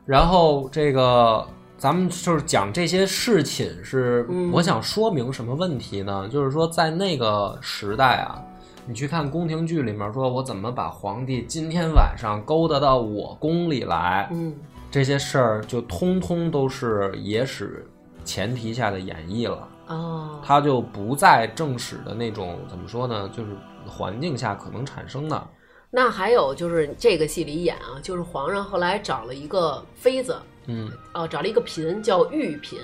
然后这个咱们就是讲这些侍寝是，
嗯
我想说明什么问题呢？就是说在那个时代啊，你去看宫廷剧里面，说我怎么把皇帝今天晚上勾搭到我宫里来，
嗯，
这些事儿就通通都是野史前提下的演绎了。
哦，
它就不在正史的那种怎么说呢，就是环境下可能产生的。
那还有就是这个戏里演啊，就是皇上后来找了一个妃子，
嗯，
哦，找了一个嫔叫玉嫔，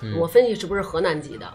嗯
我分析是不是河南籍的。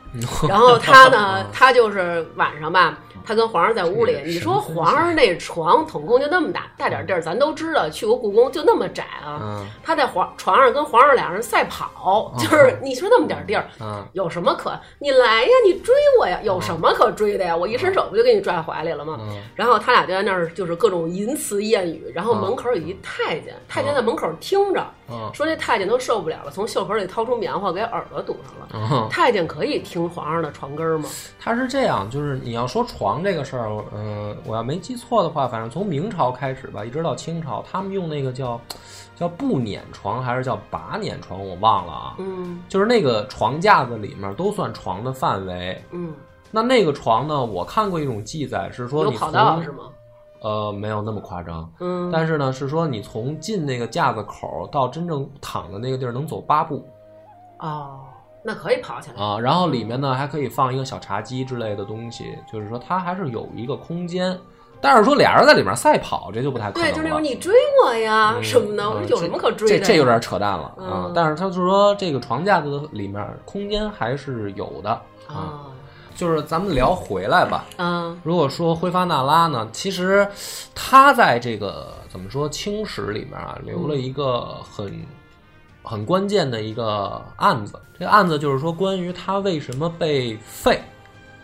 然后
[laughs]
他呢，他就是晚上吧，他跟皇上在屋里，
这个
你
神
说
分
皇上那床统共就那么大，大点地儿咱都知道，去过故宫就那么窄啊。
嗯哦
他在皇床上跟皇上俩人赛跑，就是你说那么点地儿，
嗯，
有什么可你来呀，你追我呀，有什么可追的呀？我一伸手不就给你拽怀里了吗？
嗯
然后他俩就在那儿就是各种淫词谚语，然后门口有一太监，太监在门口听着，
嗯
说那太监都受不了了，从袖口里掏出棉花给耳朵堵上了。
嗯，
太监可以听皇上的床根儿吗？
它是这样，就是你要说床这个事儿，嗯、我要没记错的话，反正从明朝开始吧，一直到清朝，他们用那个叫叫布辇床还是叫把辇床，我忘了啊。
嗯
就是那个床架子里面都算床的范围。
嗯，
那那个床呢，我看过一种记载是说
有
你
跑
从
道是吗？
呃没有那么夸张，
嗯，
但是呢是说你从进那个架子口到真正躺的那个地儿能走八步
哦，那可以跑起来。
啊，然后里面呢还可以放一个小茶几之类的东西，就是说它还是有一个空间。但是说俩人在里面赛跑，这就不太可能
对，
了。
就那种你追我呀
嗯
什么的，我说有什么可追的
这
呀？
这有点扯淡了啊
嗯！
但是他就说这个床架子里面空间还是有的啊。
啊
就是咱们聊回来吧。
啊
如果说灰发那拉呢，其实他在这个怎么说清史里面啊，留了一个很很关键的一个案子。这个案子就是说关于他为什么被废，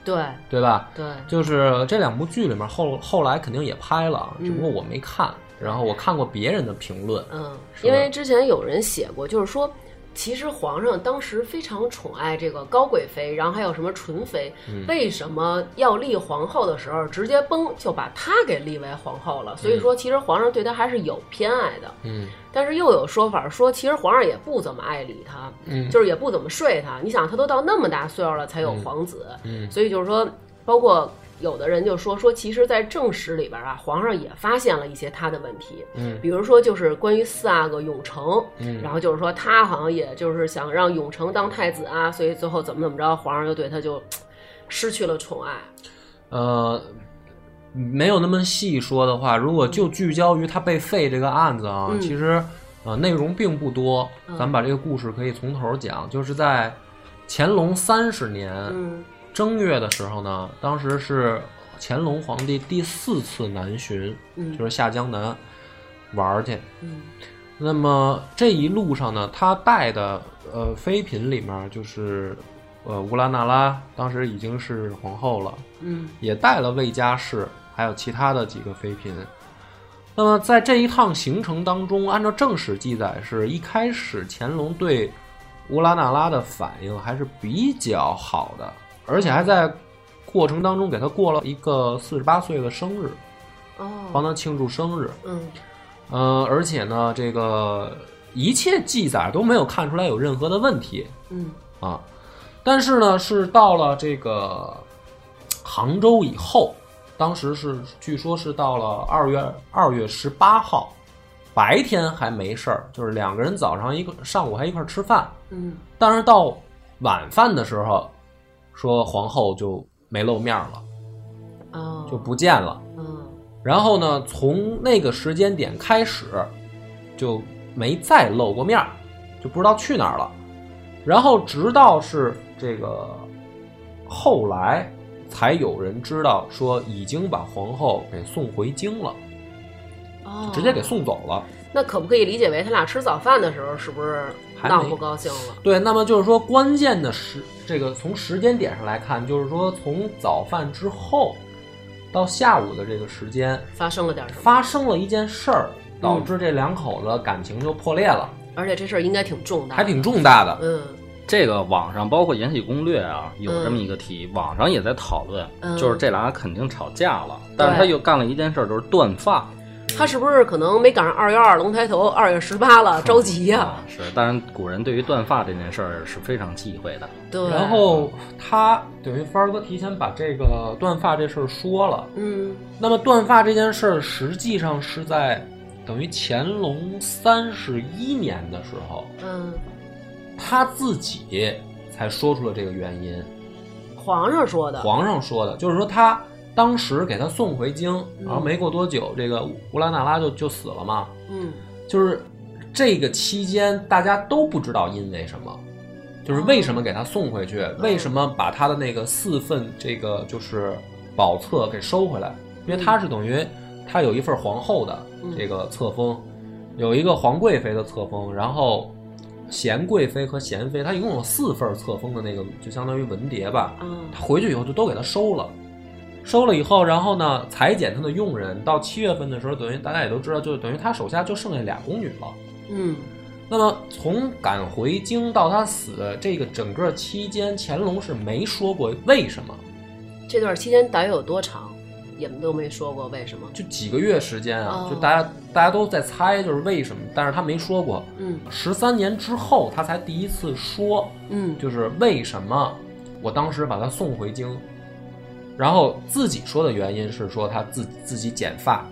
对
对吧？
对，
就是这两部剧里面后后来肯定也拍了，啊
嗯
只不过我没看。然后我看过别人的评论，
嗯，
是
因为之前有人写过，就是说，其实皇上当时非常宠爱这个高贵妃，然后还有什么纯妃，
嗯
为什么要立皇后的时候直接崩就把她给立为皇后了？所以说，其实皇上对她还是有偏爱的。
嗯
但是又有说法说，其实皇上也不怎么爱理她，
嗯
就是也不怎么睡她。你想，她都到那么大岁数了才有皇子，
嗯
所以就是说。包括有的人就说说，其实，在正史里边啊，皇上也发现了一些他的问题，
嗯
比如说就是关于四阿哥永成，
嗯，
然后就是说他好像也就是想让永成当太子啊，所以最后怎么怎么着，皇上又对他就失去了宠爱。
呃，没有那么细说的话，如果就聚焦于他被废这个案子啊，
嗯
其实呃内容并不多。
嗯
咱们把这个故事可以从头讲，就是在乾隆三十年
嗯
正月的时候呢，当时是乾隆皇帝第四次南巡，
嗯
就是下江南玩儿去。
嗯
那么这一路上呢，他带的呃妃嫔里面就是呃乌拉那拉，当时已经是皇后了。
嗯
也带了魏佳氏，还有其他的几个妃嫔。那么在这一趟行程当中，按照正史记载，是一开始乾隆对乌拉那拉的反应还是比较好的，而且还在过程当中给他过了一个四十八岁的生日，帮
哦
他庆祝生日。
嗯
呃，而且呢，这个一切记载都没有看出来有任何的问题。
嗯
啊。但是呢，是到了这个杭州以后，当时是据说是到了二月二月十八号，白天还没事儿，就是两个人早上一个上午还一块儿吃饭，
嗯
但是到晚饭的时候，说皇后就没露面了，
哦
就不见了。
嗯
然后呢，从那个时间点开始，就没再露过面儿，就不知道去哪儿了。然后直到是这个后来，才有人知道说已经把皇后给送回京了，
哦，
直接给送走了。
那可不可以理解为他俩吃早饭的时候是不是
还没
闹不高兴了？
对，那么就是说，关键的时这个从时间点上来看，就是说从早饭之后到下午的这个时间，
发生了点什么？
发生了一件事儿，导致这两口子感情就破裂了。
而且这事儿应该挺重大，
还挺重大的。
嗯
这个网上包括《延禧攻略》啊，有这么一个题，网上也在讨论，
嗯
就是这俩肯定吵架了，但是他又干了一件事儿，就是断发。
他是不是可能没赶上二月二龙抬头，二月十八了，着急呀、
啊是，当然古人对于断发这件事儿是非常忌讳的。
对，
然后他等于帆儿哥提前把这个断发这事儿说了。
嗯
那么断发这件事儿实际上是在等于乾隆三十一年的时候，
嗯，
他自己才说出了这个原因。
皇上说的，
皇上说的，就是说他当时给他送回京，然后没过多久，这个乌拉那拉就就死了嘛。
嗯
就是这个期间，大家都不知道因为什么，就是为什么给他送回去，为什么把他的那个四份这个就是宝册给收回来，因为他是等于他有一份皇后的
嗯
这个册封，有一个皇贵妃的册封，然后贤贵妃和贤妃，他一共有四份册封的那个，就相当于文牒吧。
嗯
他回去以后就都给他收了，收了以后，然后呢裁减他的佣人，到七月份的时候，等于大家也都知道，就等于他手下就剩下俩宫女了。
嗯
那么从赶回京到他死这个整个期间，乾隆是没说过为什么，
这段期间大约有多长，也们都没说过为什么。
就几个月时间啊
哦，
就大家大家都在猜就是为什么，但是他没说过。
嗯
十三年之后，他才第一次说，
嗯，
就是为什么我当时把他送回京，然后自己说的原因是说他自自己剪发。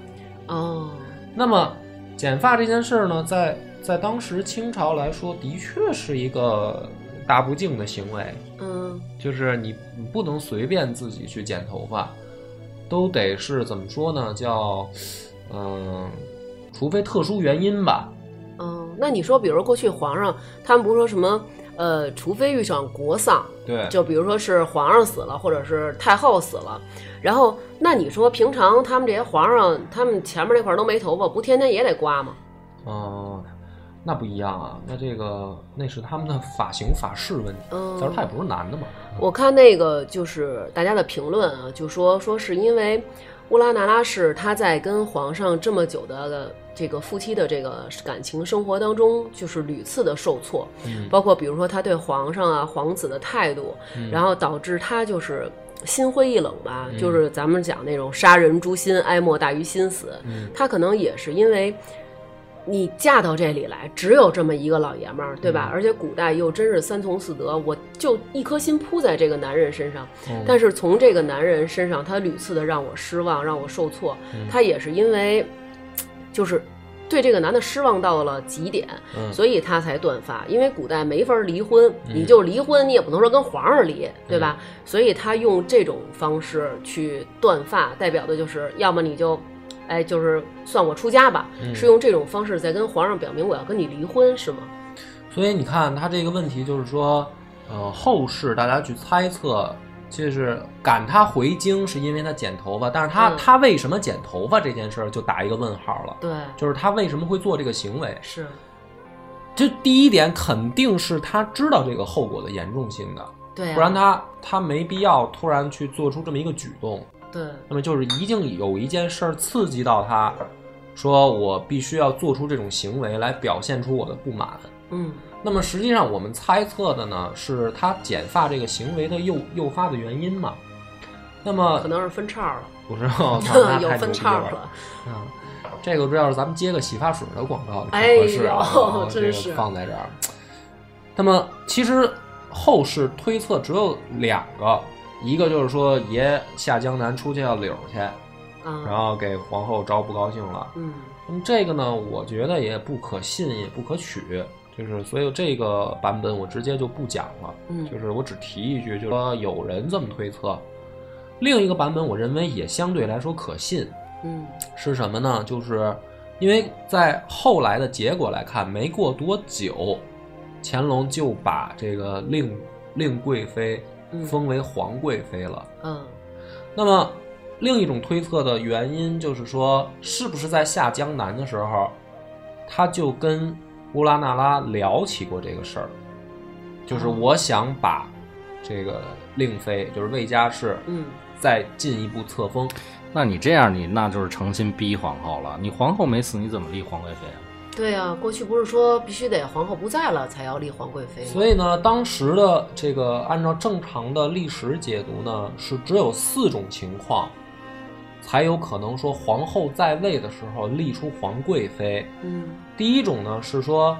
哦，
那么剪发这件事儿呢，在在当时清朝来说，的确是一个大不敬的行为，
嗯
就是你你不能随便自己去剪头发，都得是怎么说呢？叫嗯、除非特殊原因吧。
嗯，那你说，比如过去皇上他们不是说什么，呃，除非遇上国丧，
对
就比如说是皇上死了，或者是太后死了，然后那你说平常他们这些皇上，他们前面那块儿都没头发，不天天也得刮吗？
嗯，那不一样啊，那这个那是他们的发型发饰问题。
嗯
再说他也不是男的嘛。
我看那个就是大家的评论啊，就说说是因为乌拉那拉氏她在跟皇上这么久的这个夫妻的这个感情生活当中，就是屡次的受挫，
嗯
包括比如说她对皇上啊、皇子的态度，
嗯
然后导致她就是心灰意冷吧，
嗯
就是咱们讲那种杀人诛心，哀莫大于心死。
嗯
她可能也是因为你嫁到这里来，只有这么一个老爷们儿，对
嗯
吧？而且古代又真是三从四德，我就一颗心扑在这个男人身上。
嗯
但是从这个男人身上，他屡次的让我失望，让我受挫。
嗯
他也是因为，就是对这个男的失望到了极点，
嗯
所以他才断发。因为古代没法离婚，你就离婚，你也不能说跟皇上离，对
嗯
吧？所以他用这种方式去断发，代表的就是要么你就。哎，就是算我出家吧，
嗯
是用这种方式在跟皇上表明我要跟你离婚，是吗？
所以你看，他这个问题就是说，呃，后世大家去猜测，就是赶他回京是因为他剪头发，但是他、
嗯
他为什么剪头发这件事儿就打一个问号了，
对，
就是他为什么会做这个行为？
是，
这第一点肯定是他知道这个后果的严重性的，
对、啊，
不然他他没必要突然去做出这么一个举动。
对，
那么就是一定有一件事儿刺激到他，说我必须要做出这种行为来表现出我的不满。
嗯，
那么实际上我们猜测的呢，是他剪发这个行为的诱诱发的原因嘛？那么
可能是分叉了，
不知道，操哦
[laughs]
那
有
太牛
分
逼
叉
了
了。
啊！这个不知道是咱们接个洗发水的广告挺
哎
合适啊，
呦 [laughs]
然后这个
真是
放在这儿。那么其实后世推测只有两个，一个就是说爷下江南出去要柳儿去，然
啊，
后给皇后招不高兴了。
嗯，
那么这个呢，我觉得也不可信，也不可取，就是所以这个版本我直接就不讲了，
嗯
就是我只提一句，就是说有人这么推测。另一个版本，我认为也相对来说可信，
嗯，
是什么呢？就是因为在后来的结果来看，没过多久，乾隆就把这个令令贵妃
嗯
封为皇贵妃了。
嗯，
那么，另一种推测的原因就是说，是不是在下江南的时候，他就跟乌拉那拉聊起过这个事儿，就是我想把这个令妃，就是魏佳氏，
嗯，
再进一步册封。
那你这样，你那就是诚心逼皇后了。你皇后没死，你怎么立皇贵妃啊？
对呀、过去不是说必须得皇后不在了才要立皇贵妃吗？
所以呢，当时的这个按照正常的历史解读呢，是只有四种情况，才有可能说皇后在位的时候立出皇贵妃。
嗯
第一种呢是说，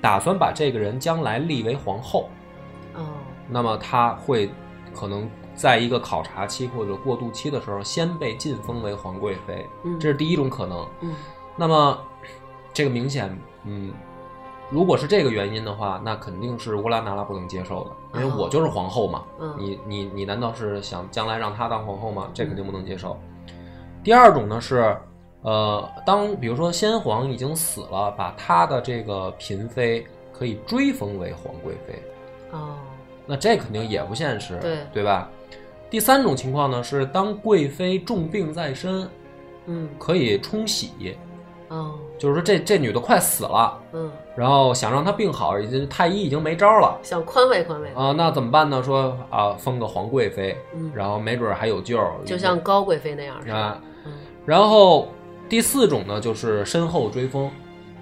打算把这个人将来立为皇后，
哦，
那么他会可能在一个考察期或者过渡期的时候，先被晋封为皇贵妃，
嗯
这是第一种可能。
嗯
那么这个明显，嗯，如果是这个原因的话，那肯定是乌拉那拉不能接受的，因为
哦
我就是皇后嘛，
嗯
你你你难道是想将来让她当皇后吗？这肯定不能接受。
嗯
第二种呢是，呃，当比如说先皇已经死了，把他的这个嫔妃可以追封为皇贵妃，
哦，
那这肯定也不现实，
对
对吧？第三种情况呢是，当贵妃重病在身，
嗯
可以冲洗，
哦
就是说这这女的快死了，
嗯，
然后想让她病好，已经太医已经没招了
想宽慰宽慰，
啊、那怎么办呢？说啊、封个皇贵妃，
嗯
然后没准儿还有救儿，
就像高贵妃那样是吧
啊？。
嗯
然后第四种呢，就是身后追封，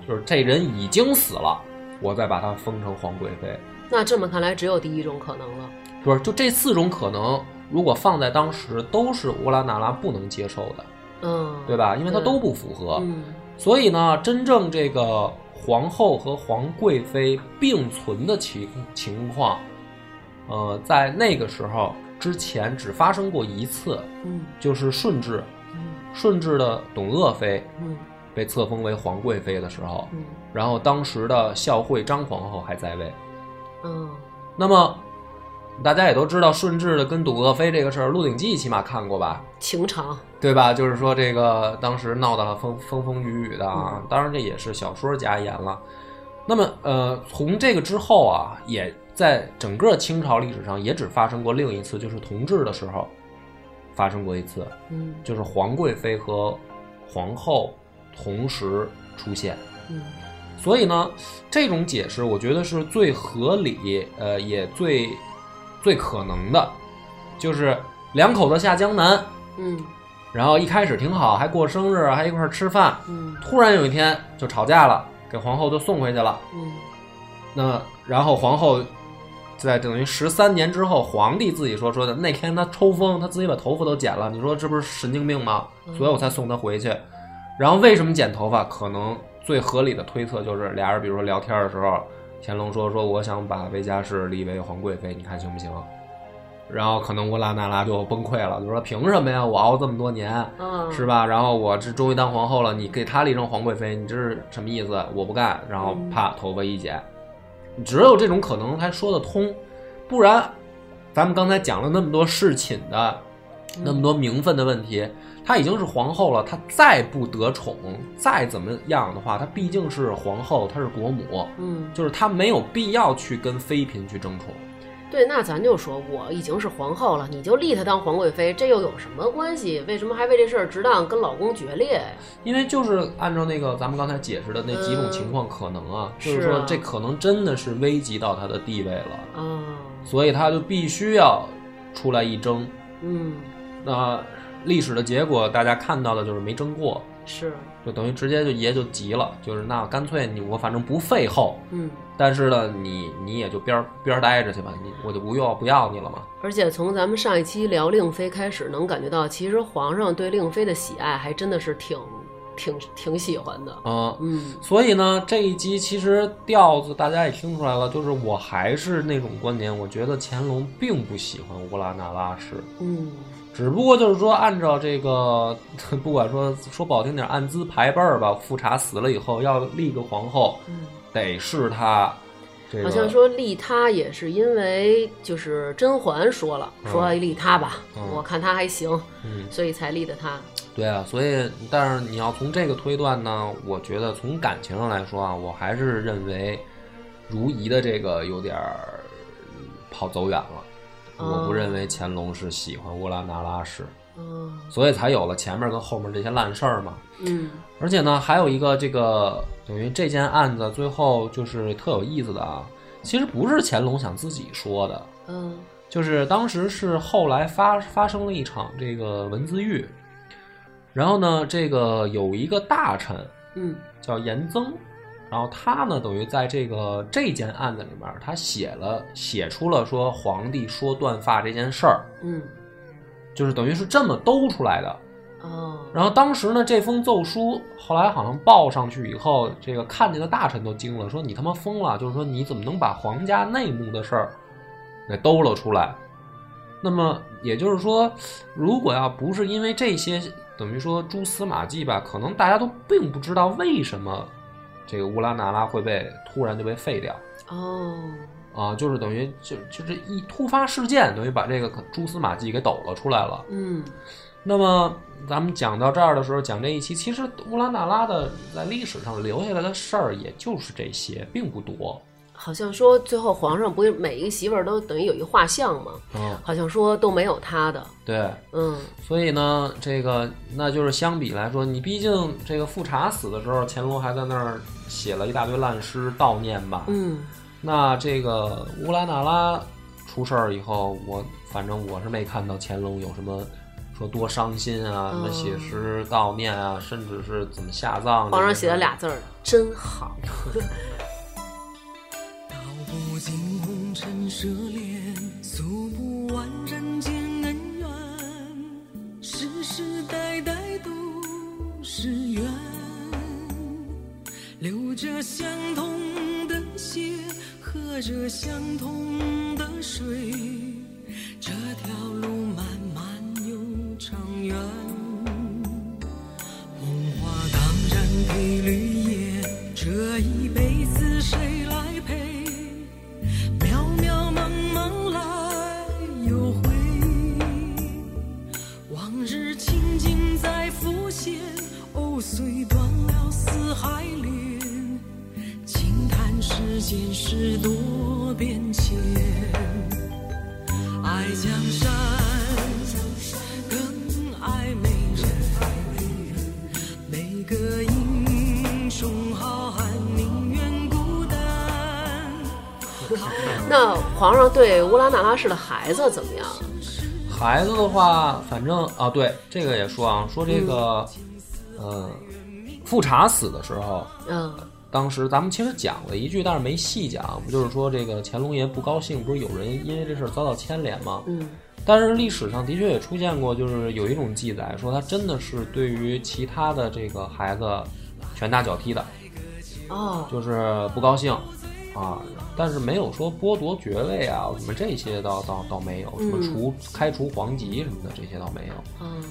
就是这人已经死了，我再把她封成皇贵妃，
那这么看来，只有第一种可能了。
是不是？就这四种可能，如果放在当时，都是乌拉那拉不能接受的，
嗯，
对吧？因为它
对
都不符合。
嗯
所以呢，真正这个皇后和皇贵妃并存的情情况，呃，在那个时候之前只发生过一次，
嗯
就是顺治，
嗯
顺治的董鄂妃
嗯
被册封为皇贵妃的时候，
嗯
然后当时的孝惠章皇后还在位。
嗯，
那么，大家也都知道顺治的跟董鄂妃这个事儿，《鹿鼎记》起码看过吧？
情长
对吧？就是说这个当时闹得风风风雨雨的啊，当然这也是小说加言了。那么呃，从这个之后啊，也在整个清朝历史上也只发生过另一次，就是同治的时候发生过一次，
嗯
就是皇贵妃和皇后同时出现。
嗯
所以呢，这种解释我觉得是最合理，呃，也最最可能的，就是两口子下江南。
嗯
然后一开始挺好，还过生日，还一块儿吃饭。
嗯
突然有一天就吵架了，给皇后就送回去了。
嗯
那然后皇后在等于十三年之后，皇帝自己说说的那天他抽风，他自己把头发都剪了。你说这不是神经病吗？所以我才送他回去。然后为什么剪头发？可能最合理的推测就是俩人比如说聊天的时候，乾隆说说我想把维嘉氏立为皇贵妃，你看行不行？然后可能乌拉那拉就崩溃了，就说凭什么呀？我熬这么多年，
嗯，
是吧？然后我这终于当皇后了，你给她立成皇贵妃，你这是什么意思？我不干。然后啪，头发一剪，只有这种可能才说得通，不然，咱们刚才讲了那么多侍寝的，那么多名分的问题，她已经是皇后了，她再不得宠，再怎么样的话，她毕竟是皇后，她是国母，
嗯，
就是她没有必要去跟妃嫔去争宠。
对，那咱就说我已经是皇后了，你就立她当皇贵妃，这又有什么关系？为什么还为这事儿值当跟老公决裂？
因为就是按照那个咱们刚才解释的那几种情况可能啊，就是
是
说
啊
这可能真的是危及到他的地位了，
啊，
所以他就必须要出来一争。
嗯，
那历史的结果大家看到的就是没争过，
是，
就等于直接就爷就急了，就是那干脆你我反正不废后，
嗯。
但是呢你你也就边儿边儿待着去吧，你我就不要不要你了嘛。
而且从咱们上一期聊令妃开始，能感觉到其实皇上对令妃的喜爱还真的是挺挺挺喜欢的。
嗯，
嗯
所以呢，这一集其实调子大家也听出来了，就是我还是那种观点，我觉得乾隆并不喜欢乌拉那拉氏，
嗯
只不过就是说按照这个， [laughs] 不管说说不好听点，按资排辈儿吧，富察死了以后要立个皇后，
嗯，
得是她。这个、
好像说立他也是因为就是甄嬛说了，
嗯
说立他吧，
嗯
我看他还行，
嗯，
所以才立的他。
对啊，所以但是你要从这个推断呢，我觉得从感情上来说啊，我还是认为如懿的这个有点儿嗯跑走远了。我不
哦
认为乾隆是喜欢乌拉那拉氏，
嗯
所以才有了前面跟后面这些烂事儿嘛。
嗯
而且呢，还有一个这个等于这件案子最后就是特有意思的啊，其实不是乾隆想自己说的，
嗯
就是当时是后来发发生了一场这个文字狱，然后呢，这个有一个大臣
嗯
叫严增，然后他呢等于在这个这件案子里面，他写了写出了说皇帝说断发这件事儿，
嗯
就是等于是这么兜出来的。
哦
然后当时呢，这封奏书后来好像报上去以后，这个看见的大臣都惊了，说你他妈疯了！就是说你怎么能把皇家内幕的事儿给兜了出来？那么也就是说，如果要不是因为这些等于说蛛丝马迹吧，可能大家都并不知道为什么这个乌拉那拉会被突然就被废掉。
哦
啊，就是等于就就这一突发事件，等于把这个蛛丝马迹给抖了出来了。
嗯
那么咱们讲到这儿的时候，讲这一期，其实乌拉那拉的在历史上留下来的事儿，也就是这些，并不多。
好像说最后皇上不是每一个媳妇儿都等于有一画像吗？
嗯，
好像说都没有他的。
对。
嗯
所以呢，这个那就是相比来说，你毕竟这个富察死的时候，乾隆还在那儿写了一大堆烂诗悼念吧。
嗯
那这个乌拉那拉出事儿以后，我反正我是没看到乾隆有什么说多伤心啊，什么
嗯
写诗悼念啊，甚至是怎么下葬。
皇上写了俩，字儿，真好。
道不尽红尘涉猎，诉不完人间恩怨，世世代代都是缘，流着相同的血，喝着相同的水，这条路漫漫又长远。红花当然配绿叶，这一辈子谁来陪？渺渺茫茫来又回，往日情景在浮现，藕虽断了丝还连，轻叹世间事多变迁。爱江山，更爱美人。每个英雄好汉宁愿孤单。
那皇上对乌拉那拉氏的孩子怎么样？
孩子的话，反正啊，对这个也说啊，说这个，呃，富察死的时候，
嗯
当时咱们其实讲了一句，但是没细讲，不就是说这个乾隆爷不高兴，不是有人因为这事儿遭到牵连吗？
嗯
但是历史上的确也出现过，就是有一种记载说他真的是对于其他的这个孩子拳打脚踢的，
哦，
就是不高兴啊，但是没有说剥夺爵位啊，什么这些倒倒倒没有，什么
嗯
除开除皇籍什么的这些倒没有。
嗯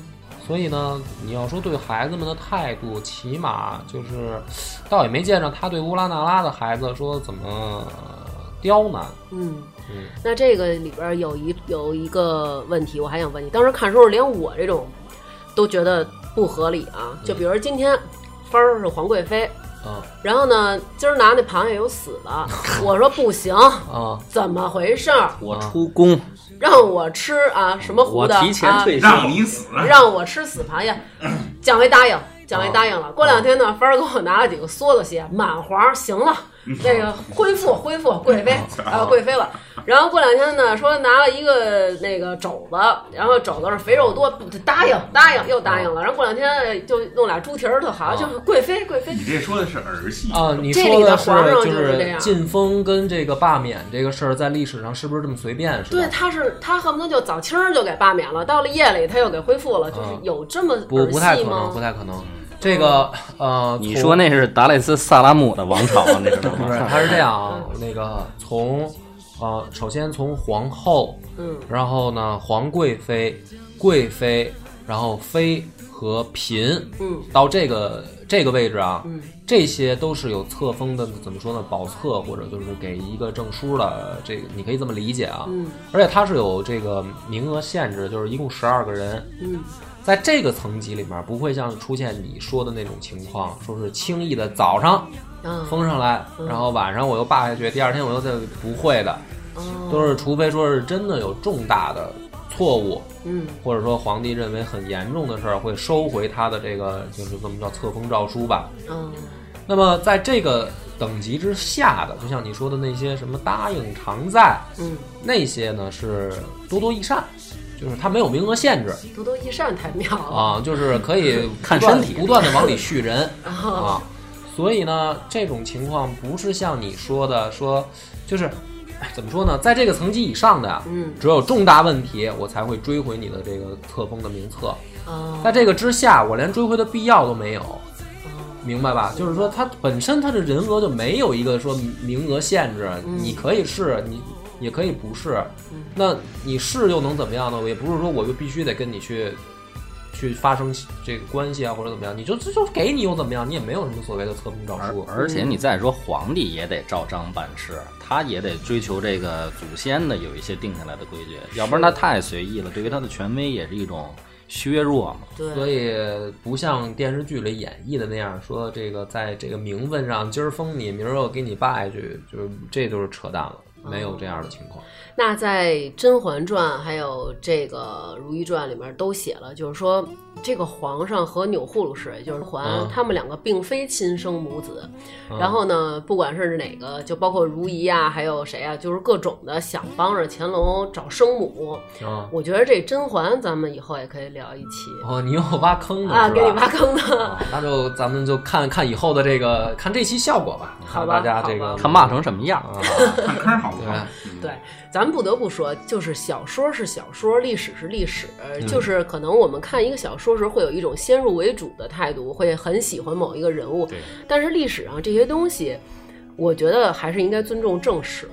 所以呢，你要说对孩子们的态度，起码就是，倒也没见着他对乌拉那拉的孩子说怎么呃刁难。
嗯。
嗯，
那这个里边儿有一有一个问题，我还想问你，当时看时候连我这种都觉得不合理
嗯
啊。就比如今天分儿是皇贵妃，
啊
然后呢，今儿拿那螃蟹有死的，
[laughs]
我说不行，
啊，
怎么回事儿？
我出宫，
让我吃啊什么糊
我
的
提前
啊，
退休，
让你死，
让我吃死螃蟹，蒋维答应。蒋维答应了，过两天呢，帆儿给我拿了几个梭子鞋，满黄，行了，那个恢复恢复贵妃啊贵妃了。然后过两天呢，说拿了一个那个肘子，然后肘子是肥肉多，不答应答应又答应了。然后过两天就弄俩猪蹄儿特好，就是贵妃贵妃
你这说的是儿戏
啊，你
这
说
里的
是
皇上
就
就是这
是
样
晋封跟这个罢免这个事儿，在历史上是不是这么随便？是吧？
对，他是他恨不得就早清儿就给罢免了，到了夜里他又给恢复了，就是
嗯
有这么
不
儿
不太
戏
可能，
吗
不？太可能。这个呃，
你
从
说那是达赖斯萨拉姆的王朝，啊那是吗
不
哎
是，他是这样啊，
嗯
那个从呃，首先从皇后，
嗯，
然后呢，皇贵妃、贵妃，然后妃和嫔，
嗯，
到这个这个位置啊，
嗯，
这些都是有册封的，怎么说呢？保册或者就是给一个证书的，这个你可以这么理解啊，
嗯，
而且它是有这个名额限制，就是一共十二个人，
嗯，
在这个层级里面，不会像出现你说的那种情况，说是轻易的早上
嗯，
封上来，然后晚上我又罢下去，第二天我又再不会的，
嗯
都是除非说是真的有重大的错误，
嗯
或者说皇帝认为很严重的事儿，会收回他的这个就是这么叫册封诏书吧。
嗯
那么在这个等级之下的，就像你说的那些什么答应常在
嗯，
那些呢，是多多益善，就是它没有名额限制
多多益善太妙了。
啊，就是可以
看
不断
身体
不断的往里续人。
啊，
啊。所以呢，这种情况不是像你说的说，就是哎怎么说呢，在这个层级以上的，
嗯，
只有重大问题，我才会追回你的这个册封的名册。
啊，
在这个之下，我连追回的必要都没有。明白吧？就是说，它本身它的人额就没有一个说名额限制，你可以是，你也可以不是。那你是又能怎么样呢？我也不是说我就必须得跟你去去发生这个关系啊，或者怎么样？你就这就给你又怎么样？你也没有什么所谓的册封诏
而
书。
而且你再说皇帝也得照章办事，他也得追求这个祖先的有一些定下来的规矩，要不然他太随意了，对于他的权威也是一种削弱嘛。
所
对，
以不像电视剧里演绎的那样，说这个在这个名分上，今儿封你，明儿又给你罢一句，就是这就是扯淡了，没有这样的情况。
那在《甄嬛传》还有这个《如懿传》里面都写了，就是说这个皇上和钮祜禄氏，也就是嬛，
嗯
他们两个并非亲生母子。
啊
然后呢，不管是哪个，就包括如懿啊，还有谁啊，就是各种的想帮着乾隆找生母。
啊，
我觉得这甄嬛，咱们以后也可以聊一期
哦，你又挖坑了
啊，
是吧
给你挖坑的。
啊，那就咱们就看看以后的这个，看这期效果吧，
好
看
吧
大家这
好
个
吧
看骂成什么样，
啊，
看坑好不嗯好？
对，咱们不得不说，就是小说是小说，历史是历史，就是可能我们看一个小说时候会有一种先入为主的态度，会很喜欢某一个人物，但是历史上这些东西，我觉得还是应该尊重正史。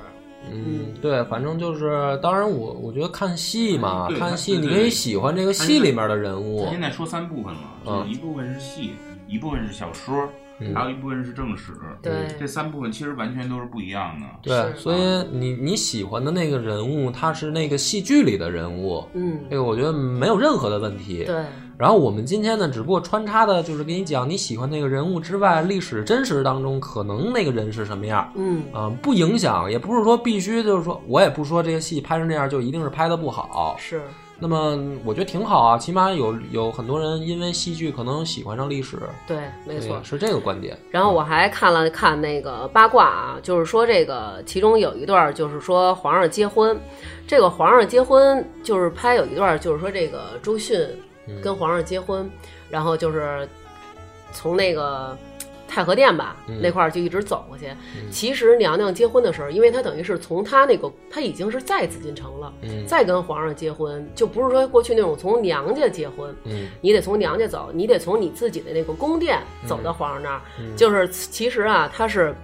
嗯，对，反正就是，当然我我觉得看戏嘛，
对
看戏
对
你
对
可以喜欢这个戏里面的人物
他现在说三部分嘛，就是一部分是戏，一部分是小说，还有一部分是正史。
对
这三部分其实完全都是不一样的。
对，所以
啊
你你喜欢的那个人物，他是那个戏剧里的人物，
嗯，
这个我觉得没有任何的问题。
对，
然后我们今天呢，只不过穿插的就是给你讲你喜欢那个人物之外，历史真实当中可能那个人是什么样，
嗯，
啊、不影响，也不是说必须就是说，我也不说这个戏拍成这样就一定是拍的不好。
是，
那么我觉得挺好啊，起码有有很多人因为戏剧可能喜欢上历史，
对，没错
对。是这个观点。
然后我还看了看那个八卦啊，就是说这个其中有一段儿就是说皇上结婚，这个皇上结婚就是拍有一段儿就是说这个
嗯
周迅跟皇上结婚，然后就是从那个太和殿吧、
嗯
那块儿就一直走过去。其实娘娘结婚的时候，因为她等于是从她那个，她已经是在紫禁城了，
嗯
再跟皇上结婚，就不是说过去那种从娘家结婚，
嗯
你得从娘家走，你得从你自己的那个宫殿走
嗯
到皇上那儿。就是其实啊，她是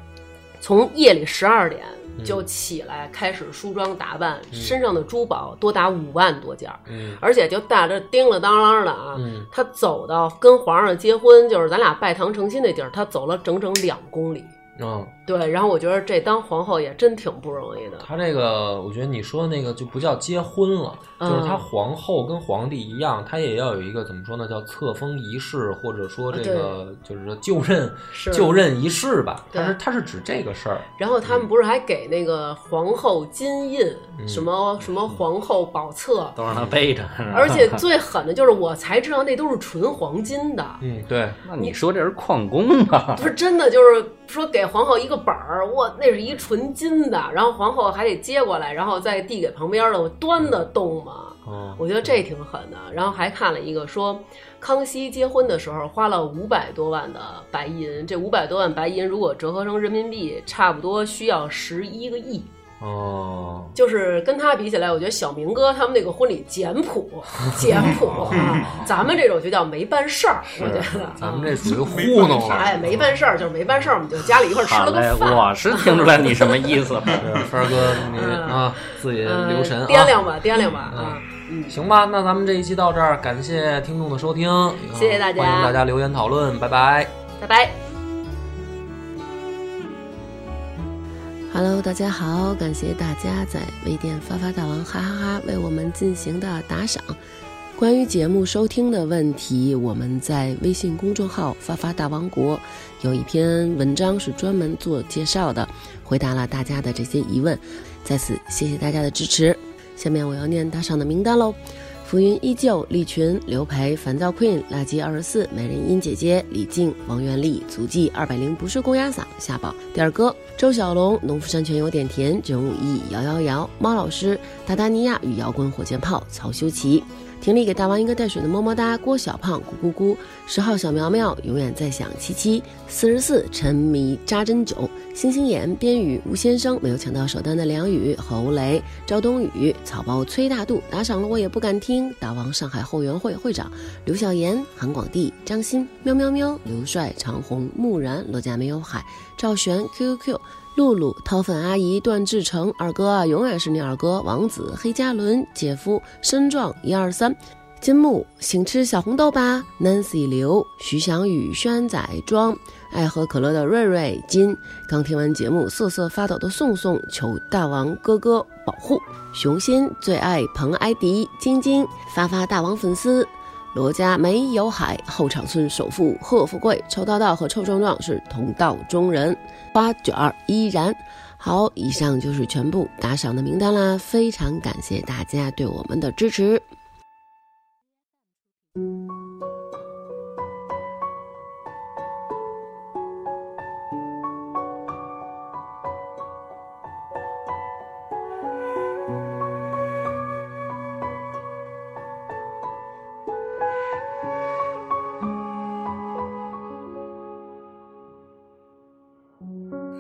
从夜里十二点就起来开始梳妆打扮，身上的珠宝多达五万多件儿。
嗯
而且就打着叮了当啷的啊，
嗯
他走到跟皇上结婚，就是咱俩拜堂成亲那地儿，他走了整整两公里。
嗯，
对，然后我觉得这当皇后也真挺不容易的。
他这个，我觉得你说那个就不叫结婚了，就
嗯
是他皇后跟皇帝一样，他也要有一个怎么说呢，叫册封仪式，或者说这个就是说就任
啊是
就任仪式吧。
对
他是他是指这个事儿，
然后他们不是还给那个皇后金印，什么什么皇后宝册，
都让他背着。是吧
而且最狠的就是我才知道那都是纯黄金的，
嗯，对，
那你说这是旷工吧？
不是真的，就是说给皇后一个本儿，哇，那是一纯金的，然后皇后还得接过来，然后再递给旁边的，我端得动吗？
嗯
我觉得这挺狠的。然后还看了一个说，康熙结婚的时候花了五百多万的白银，这五百多万白银如果折合成人民币，差不多需要十一个亿。
哦，
就是跟他比起来，我觉得小明哥他们那个婚礼简朴，简朴啊，咱们这种就叫没办事儿。我觉得
咱们
啊
这属于糊弄了。
哎没办事儿，就是没办事儿，我们就家里一块儿吃
好
了
嘞，
个饭。
我是听出来你什么意思了。
是帆儿哥，你啊，自己
哎嗯，
留神
掂量
啊。
吧，掂量吧啊！
行吧，那咱们这一期到这儿，感谢听众的收听，
谢谢大家
欢迎大家留言讨论，拜拜。
拜拜。
Hello，大家好，感谢大家在微店发发大王哈哈哈为我们进行的打赏。关于节目收听的问题，我们在微信公众号“发发大王国”有一篇文章是专门做介绍的，回答了大家的这些疑问。在此谢谢大家的支持。下面我要念打赏的名单喽。浮云依旧、利群、刘培、烦躁 Queen、垃圾二十四、美人音姐姐、李静、王元丽、足迹二百零不是公鸭嗓、夏宝、点儿哥、周小龙、农夫山泉有点甜、卷五一、摇摇摇、猫老师、达达尼亚与摇滚火箭炮、曹修齐。婷丽给大王一个带水的么么哒，郭小胖咕咕咕，十号小苗苗永远在想七七四十四沉迷扎针灸，星星眼边雨吴先生没有抢到首单的梁宇侯雷赵冬雨草包崔大度打赏了我也不敢听大王上海后援会会长刘晓岩韩广帝张鑫喵喵喵刘帅长虹木然罗家没有海赵璇 QQQ 露露、掏粪阿姨、段志成、二哥啊，永远是你二哥。王子、黑加仑、姐夫、身壮一二三、金木，请吃小红豆吧。Nancy 刘、徐翔宇、轩仔庄、爱喝可乐的瑞瑞、金。刚听完节目瑟瑟发抖的宋宋，求大王哥哥保护。熊心最爱彭埃迪、晶晶、发发大王粉丝。罗家没有海，后场村首富贺富贵、臭道道和臭壮壮是同道中人。花卷儿依然。好，以上就是全部打赏的名单啦，非常感谢大家对我们的支持。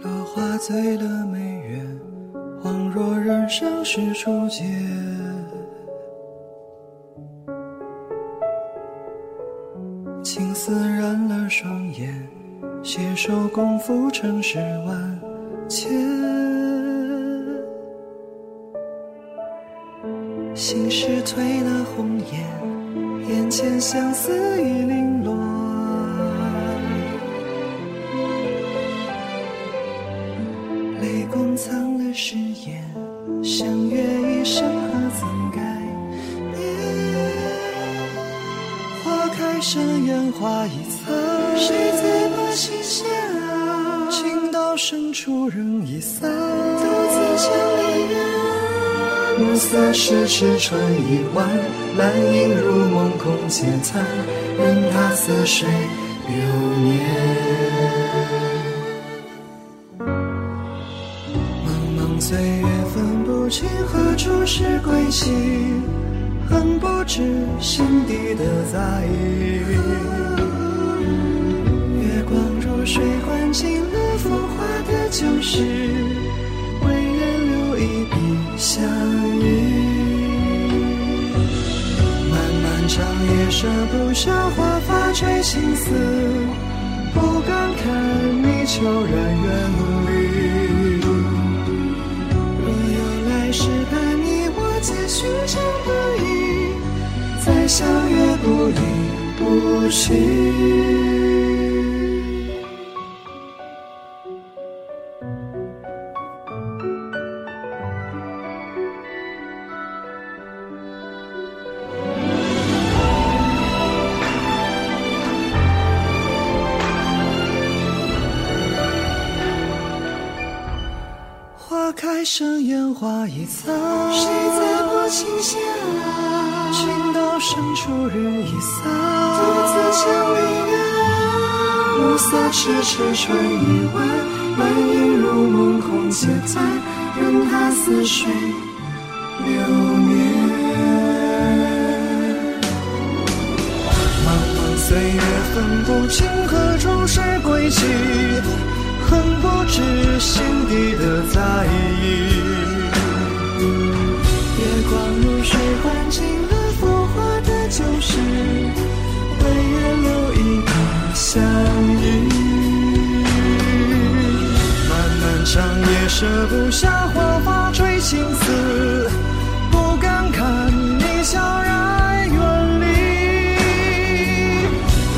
落花醉了眉眼，恍若人生是初见。青丝染了双眼，携手共赴尘世万千。心事褪了红颜，眼前相思已零落。泪光藏了誓言，相约一生何曾改变？花开盛艳花已残，谁在把心弦啊？情到深处人已散，独自千里远。暮色迟迟穿已晚，兰影如梦空嗟叹，任它似水流年。茫茫岁月分不清何处是归期，恨不知心底的在意。月光如水灌进了浮华的旧事，为人留一笔相遇。漫漫长夜舍不下花发垂青丝，不敢看你悄然远离。若有来世伴你我皆寻常不易，再相约不离不弃。花开盛烟花易散，谁在拨琴弦啊？情到深处人已散，独自将离岸。暮色迟迟春已晚，满影如梦空嗟叹，任他似水流年。茫茫岁月分不清何种是归期，恨不知心底的在意。月光如水灌进了浮华的旧事，为人留一笔相依。漫漫长夜舍不下花发垂青丝，不敢看你悄然远离。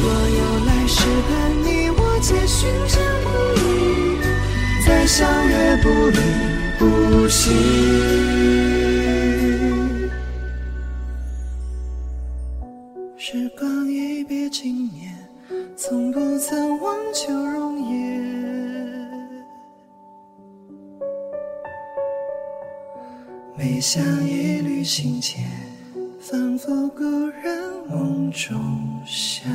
若有来世伴你，我皆寻常不易，再相约不离不弃。时光一别经年，从不曾忘旧容颜。每想一缕情切，仿佛故人梦中相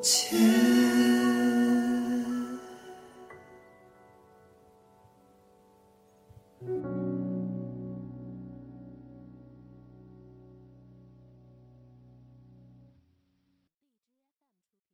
见。